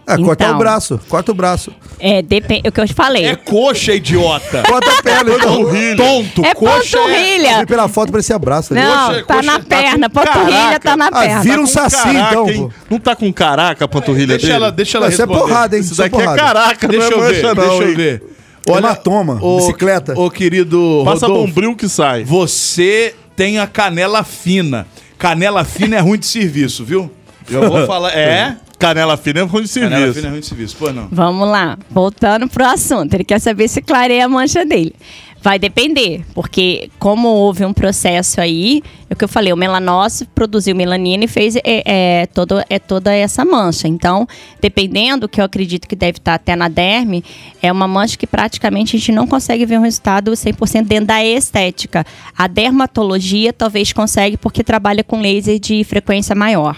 Speaker 10: Ah, corta
Speaker 7: Então.
Speaker 10: o braço, corta o braço.
Speaker 7: É, depende. O que eu te falei.
Speaker 4: É coxa, idiota.
Speaker 10: Corta a perna, então.
Speaker 4: Tonto,
Speaker 7: É
Speaker 4: coxa.
Speaker 10: Eu
Speaker 7: panturrilha.
Speaker 10: vi pela foto, parecia abraço. ali.
Speaker 7: Não,
Speaker 3: Coxa-
Speaker 7: tá
Speaker 3: coxa
Speaker 7: na
Speaker 3: tá
Speaker 7: perna.
Speaker 3: com
Speaker 7: Panturrilha
Speaker 3: caraca.
Speaker 7: tá na
Speaker 10: Ah,
Speaker 7: perna.
Speaker 10: vira um saci, então,
Speaker 3: hein?
Speaker 10: pô.
Speaker 3: Não tá com caraca a panturrilha
Speaker 4: Deixa
Speaker 3: dele?
Speaker 4: ela, deixa ela
Speaker 10: Não, isso é
Speaker 4: responder.
Speaker 10: porrada, hein?
Speaker 3: Isso
Speaker 10: Isso é
Speaker 3: daqui é
Speaker 10: porrada.
Speaker 3: caraca,
Speaker 4: Deixa
Speaker 3: não
Speaker 4: eu
Speaker 3: é
Speaker 4: ver,
Speaker 3: mancha não,
Speaker 4: deixa eu
Speaker 3: hein?
Speaker 4: ver.
Speaker 10: Hematoma, bicicleta.
Speaker 4: Ô, querido
Speaker 3: Passa
Speaker 4: Rodolfo,
Speaker 3: bombril que sai.
Speaker 4: você tem a canela fina. Canela fina é ruim de serviço, viu? Eu vou falar... É?
Speaker 3: Canela fina é ruim de serviço.
Speaker 4: Canela fina é ruim de serviço. Pô, não.
Speaker 7: Vamos lá, voltando pro assunto. Ele quer saber se clareia a mancha dele. Vai depender, porque como houve um processo aí, é o que eu falei, o melanócito produziu melanina e fez é, é, todo, é toda essa mancha. Então, dependendo, que eu acredito que deve estar até na derme, é uma mancha que praticamente a gente não consegue ver um resultado 100% dentro da estética. A dermatologia talvez consegue porque trabalha com laser de frequência maior.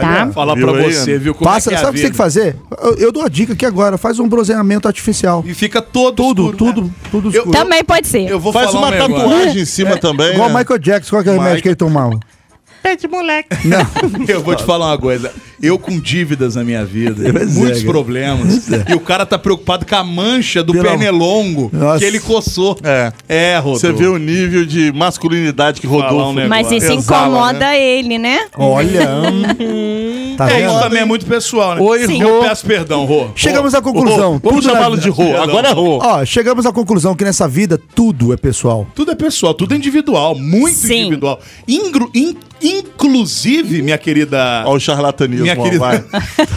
Speaker 7: Tá?
Speaker 4: Falar
Speaker 3: Viu
Speaker 4: pra
Speaker 3: aí,
Speaker 4: você,
Speaker 3: Ana?
Speaker 4: viu? Como
Speaker 10: Passa,
Speaker 4: é que é a
Speaker 10: sabe o que você tem
Speaker 4: vida.
Speaker 10: que fazer? Eu, eu dou a dica aqui agora, faz um bronzeamento artificial.
Speaker 4: E fica todo
Speaker 10: Tudo,
Speaker 4: escuro,
Speaker 10: tudo,
Speaker 4: né?
Speaker 10: tudo
Speaker 4: Eu-
Speaker 10: escuro.
Speaker 7: Também pode ser.
Speaker 4: Eu vou
Speaker 3: Faz
Speaker 4: falar
Speaker 3: uma
Speaker 4: um negócio.
Speaker 3: tatuagem em cima também.
Speaker 10: Igual o
Speaker 3: né?
Speaker 10: Michael Jackson, qual que é o remédio que ele tomava?
Speaker 4: Eu vou te falar uma coisa. Eu com dívidas na minha vida, muitos problemas. E o cara tá preocupado com a mancha do
Speaker 10: Pelo-
Speaker 4: pernelongo
Speaker 10: Nossa.
Speaker 4: que ele coçou.
Speaker 3: É.
Speaker 4: É, Rodolfo.
Speaker 3: Você vê o nível de masculinidade que
Speaker 4: Falar
Speaker 3: Rodolfo.
Speaker 4: um negócio.
Speaker 7: Mas isso
Speaker 3: Exala,
Speaker 7: incomoda ele, né?
Speaker 10: Olha, tá
Speaker 4: É, isso
Speaker 10: vendo?
Speaker 4: também é muito pessoal, né?
Speaker 3: Oi,
Speaker 7: Sim.
Speaker 4: Eu
Speaker 3: Rô.
Speaker 4: peço perdão, Rô.
Speaker 10: Chegamos à conclusão.
Speaker 3: Rô, Vamos
Speaker 10: Tudo na
Speaker 3: chamá-lo
Speaker 10: vida-
Speaker 3: de Rô.
Speaker 4: Perdão.
Speaker 3: Agora é Rô.
Speaker 10: Ó, chegamos à conclusão que nessa vida tudo é pessoal.
Speaker 4: Tudo é pessoal, tudo é individual, muito
Speaker 7: Sim.
Speaker 4: individual. Ingru- in- inclusive, minha querida.
Speaker 3: Olha o charlatanismo.
Speaker 4: Minha
Speaker 3: ó,
Speaker 4: querida-
Speaker 3: vai.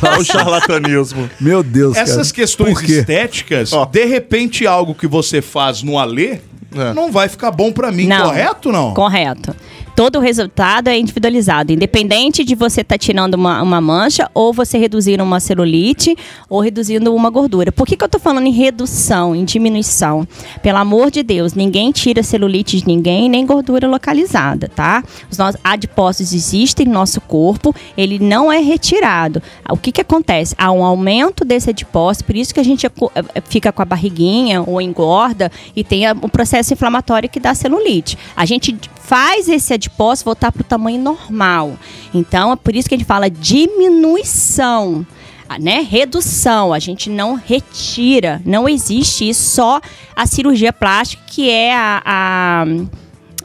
Speaker 3: Olha o charlatanismo.
Speaker 10: Meu Deus, cara.
Speaker 4: Essas questões
Speaker 10: Por quê?
Speaker 4: estéticas,
Speaker 3: Ó.
Speaker 4: de repente algo que você faz no Alê
Speaker 3: É.
Speaker 4: não vai ficar bom pra mim, correto não?
Speaker 7: Correto. Todo o resultado é individualizado, independente de você estar tirando uma, uma mancha ou você reduzir uma celulite ou reduzindo uma gordura. Por que, que eu estou falando em redução, em diminuição? Pelo amor de Deus, ninguém tira celulite de ninguém, nem gordura localizada, tá? Os nossos adipócitos existem no nosso corpo, ele não é retirado. O que, que acontece? Há um aumento desse adipócito, por isso que a gente acu- eh, fica com a barriguinha ou engorda e tem a- o processo inflamatório que dá celulite. A gente d- faz esse adipócito voltar para o tamanho normal. Então, é por isso que a gente fala diminuição. ah, Né? Redução, a gente não retira, não existe isso, só a cirurgia plástica que é a- a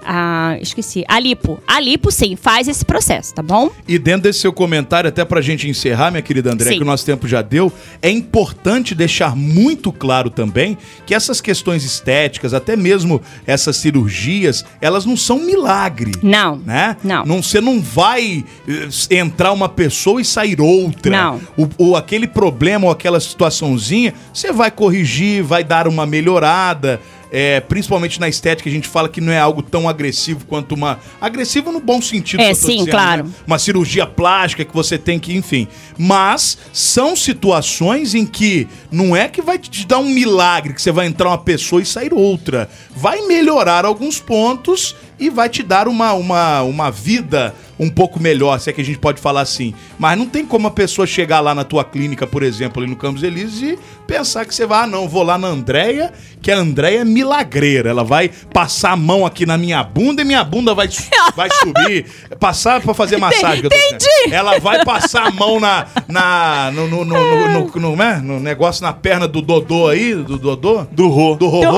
Speaker 7: a, esqueci, a lipo. A lipo, sim, faz esse processo, tá bom?
Speaker 4: E dentro desse seu comentário, até pra gente encerrar, minha querida André,
Speaker 7: Sim.
Speaker 4: que o nosso tempo já deu, é importante deixar muito claro também que essas questões estéticas, até mesmo essas cirurgias, elas não são milagre.
Speaker 7: Não.
Speaker 4: Né?
Speaker 7: Não.
Speaker 4: Você não vai eh, entrar uma pessoa e sair outra.
Speaker 7: Não.
Speaker 4: O, ou aquele problema ou aquela situaçãozinha, você vai corrigir, vai dar uma melhorada. é, principalmente na estética, a gente fala que não é algo tão agressivo quanto uma. Agressivo no bom sentido, que
Speaker 7: É,
Speaker 4: eu tô né?
Speaker 7: sim, claro.
Speaker 4: Uma cirurgia plástica que você tem que, enfim. Mas são situações em que não é que vai te dar um milagre que você vai entrar uma pessoa e sair outra. Vai melhorar alguns pontos e vai te dar uma, uma, uma vida um pouco melhor, se é que a gente pode falar assim. Mas não tem como a pessoa chegar lá na tua clínica, por exemplo, ali no Campos Elíseos e pensar que você vai, ah, não, vou lá na Andréia, que a Andréia é milagreira. Ela vai passar a mão aqui na minha bunda e minha bunda vai, su- vai subir. Passar pra fazer massagem. que eu tô dizendo.
Speaker 12: Entendi.
Speaker 4: Ela vai passar a mão na, na, no, no, no, no, no, no- né? no negócio na perna do Dodô aí, do Dodô. Do Rô. Do Rô.
Speaker 12: Do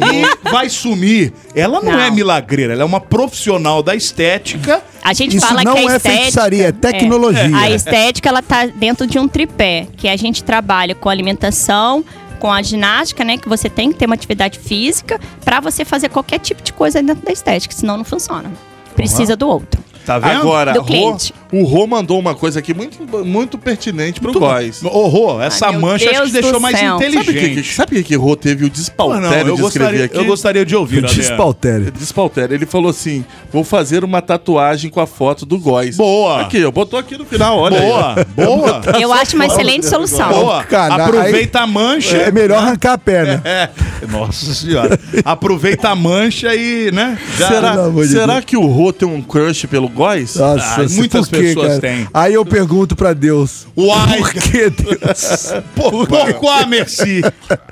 Speaker 12: Rô?
Speaker 4: E vai sumir. Ela não,
Speaker 7: Não.
Speaker 4: é milagreira, ela é uma profissional da estética.
Speaker 7: A gente fala
Speaker 2: é
Speaker 7: que
Speaker 10: é
Speaker 7: a estética, É. A
Speaker 4: É.
Speaker 7: estética ela tá dentro de um tripé, que a gente trabalha com alimentação, com a ginástica, né, que você tem que ter uma atividade física para você fazer qualquer tipo de coisa dentro da estética, senão não funciona. Precisa do outro.
Speaker 3: Tá vendo? Agora,
Speaker 7: Do
Speaker 3: Rô-
Speaker 7: cliente.
Speaker 3: o Rô mandou uma coisa aqui muito, muito pertinente pro Góis.
Speaker 4: Ô, Rô, essa
Speaker 3: meu
Speaker 4: mancha acho
Speaker 3: Deus
Speaker 4: que deixou
Speaker 3: do
Speaker 4: mais
Speaker 3: céu.
Speaker 4: inteligente.
Speaker 3: Sabe o que que- Sabe o que, que Rô teve o despautério
Speaker 4: Pô, não, eu
Speaker 3: de escrever
Speaker 4: gostaria-
Speaker 3: aqui?
Speaker 4: eu gostaria de ouvir,
Speaker 3: O
Speaker 4: Adriano.
Speaker 3: Despautério. Despautério. Ele falou assim: vou fazer uma tatuagem com a foto do Góis.
Speaker 4: Boa!
Speaker 3: Aqui, eu botou aqui no final, olha.
Speaker 4: Boa,
Speaker 3: aí, ó.
Speaker 4: boa.
Speaker 7: Eu acho uma excelente solução.
Speaker 4: Boa. Aproveita a mancha.
Speaker 10: É melhor arrancar a perna.
Speaker 4: É. Nossa senhora. Aproveita a mancha e, né? já-
Speaker 3: Será,
Speaker 10: Pelo amor de
Speaker 3: será
Speaker 10: Deus. Ah,
Speaker 3: que o Rô tem um crush pelo Góis? Ah,
Speaker 10: Nossa, se-
Speaker 4: muitas
Speaker 10: por quê,
Speaker 4: pessoas
Speaker 10: cara?
Speaker 4: têm.
Speaker 10: Aí eu pergunto pra Deus.
Speaker 4: Uai!
Speaker 10: Por que Deus?
Speaker 4: Por Pourquoi, merci?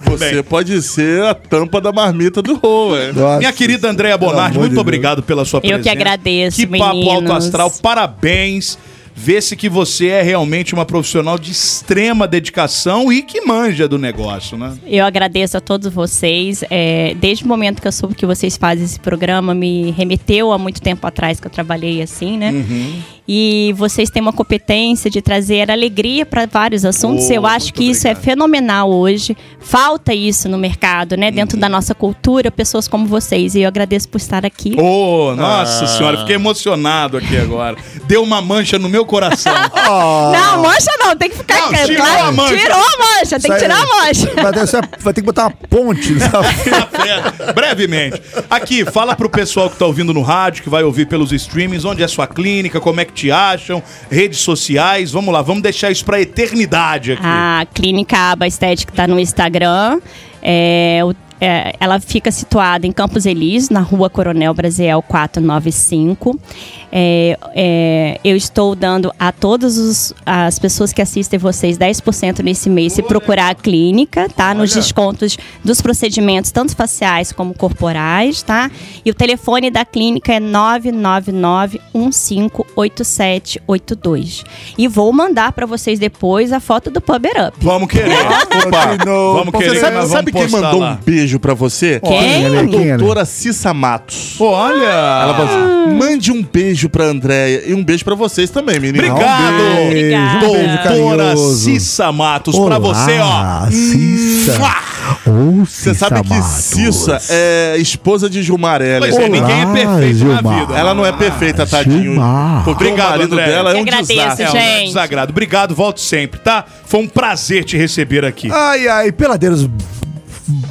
Speaker 3: Você pode ser a tampa da marmita do Rô, velho.
Speaker 4: Minha querida Andréia Bonardi, muito obrigado pela sua
Speaker 7: Eu que
Speaker 4: presença.
Speaker 7: agradeço,
Speaker 4: Que papo
Speaker 7: meninos.
Speaker 4: alto astral, parabéns. Vê-se que você é realmente uma profissional de extrema dedicação e que manja do negócio, né?
Speaker 7: Eu agradeço a todos vocês. É, desde o momento que eu soube que vocês fazem esse programa, me remeteu a muito tempo atrás que eu trabalhei assim, né?
Speaker 4: Uhum.
Speaker 7: E vocês têm uma competência de trazer alegria para vários assuntos.
Speaker 13: Oh,
Speaker 7: eu acho que isso é fenomenal hoje. Falta isso no mercado, né?
Speaker 4: Uhum.
Speaker 7: Dentro da nossa cultura, pessoas como vocês. E eu agradeço por estar aqui.
Speaker 4: Ô, nossa
Speaker 3: Ah.
Speaker 4: senhora, fiquei emocionado aqui agora. Deu uma mancha no meu coração.
Speaker 7: Não, mancha não, tem que ficar
Speaker 4: Oh.
Speaker 7: né?
Speaker 4: Não, tirou a mancha.
Speaker 7: Tirou a mancha, tem que tirar a mancha.
Speaker 10: Vai ter, vai ter que botar uma ponte. Sabe?
Speaker 4: Brevemente. Aqui, fala pro pessoal que tá ouvindo no rádio, que vai ouvir pelos streamings, onde é sua clínica, como é que te acham, redes sociais. Vamos lá, vamos deixar isso pra eternidade aqui.
Speaker 7: A Clínica Aba Estética tá no Instagram. É, o- é, ela fica situada em Campos Elíseos, na rua Coronel Brasiel 495. É, é, eu estou dando a todas os- as pessoas que assistem vocês 10% nesse mês se procurar a clínica, tá? Nos descontos dos procedimentos, tanto faciais como corporais, tá? E o telefone da clínica é 999-158782. E vou mandar para vocês depois a foto do Pumper Up.
Speaker 4: Vamos querer.
Speaker 10: Ah,
Speaker 3: Opa,
Speaker 4: vamos querer, mas
Speaker 3: Você sabe,
Speaker 4: vamos
Speaker 3: sabe quem
Speaker 4: postar
Speaker 3: mandou
Speaker 4: lá.
Speaker 3: um beijo pra você?
Speaker 4: Quem?
Speaker 3: A
Speaker 4: Quem era?
Speaker 3: doutora Cissa Matos.
Speaker 4: Olha!
Speaker 3: um Ela falou
Speaker 10: Ah.
Speaker 3: assim, mande um beijo pra Andréia e um beijo pra vocês também, menino.
Speaker 4: Obrigado,
Speaker 3: Um beijo, um beijo
Speaker 4: doutora
Speaker 3: carinhoso.
Speaker 4: Cissa Matos, pra
Speaker 3: Olá,
Speaker 4: você, ó.
Speaker 10: Cissa.
Speaker 3: Você sabe que Cissa é esposa de Jumarelli.
Speaker 4: Pois é, ninguém é perfeito na
Speaker 10: Ah.
Speaker 4: vida.
Speaker 3: Ela não é perfeita, tadinho. Porque o
Speaker 4: Obrigado,
Speaker 3: marido
Speaker 4: André.
Speaker 3: dela é um
Speaker 4: É
Speaker 3: desastre.
Speaker 4: um desagrado. Obrigado, volto sempre, tá? Foi um prazer te receber aqui.
Speaker 2: Ah,
Speaker 10: Ai, ai, peladeiros.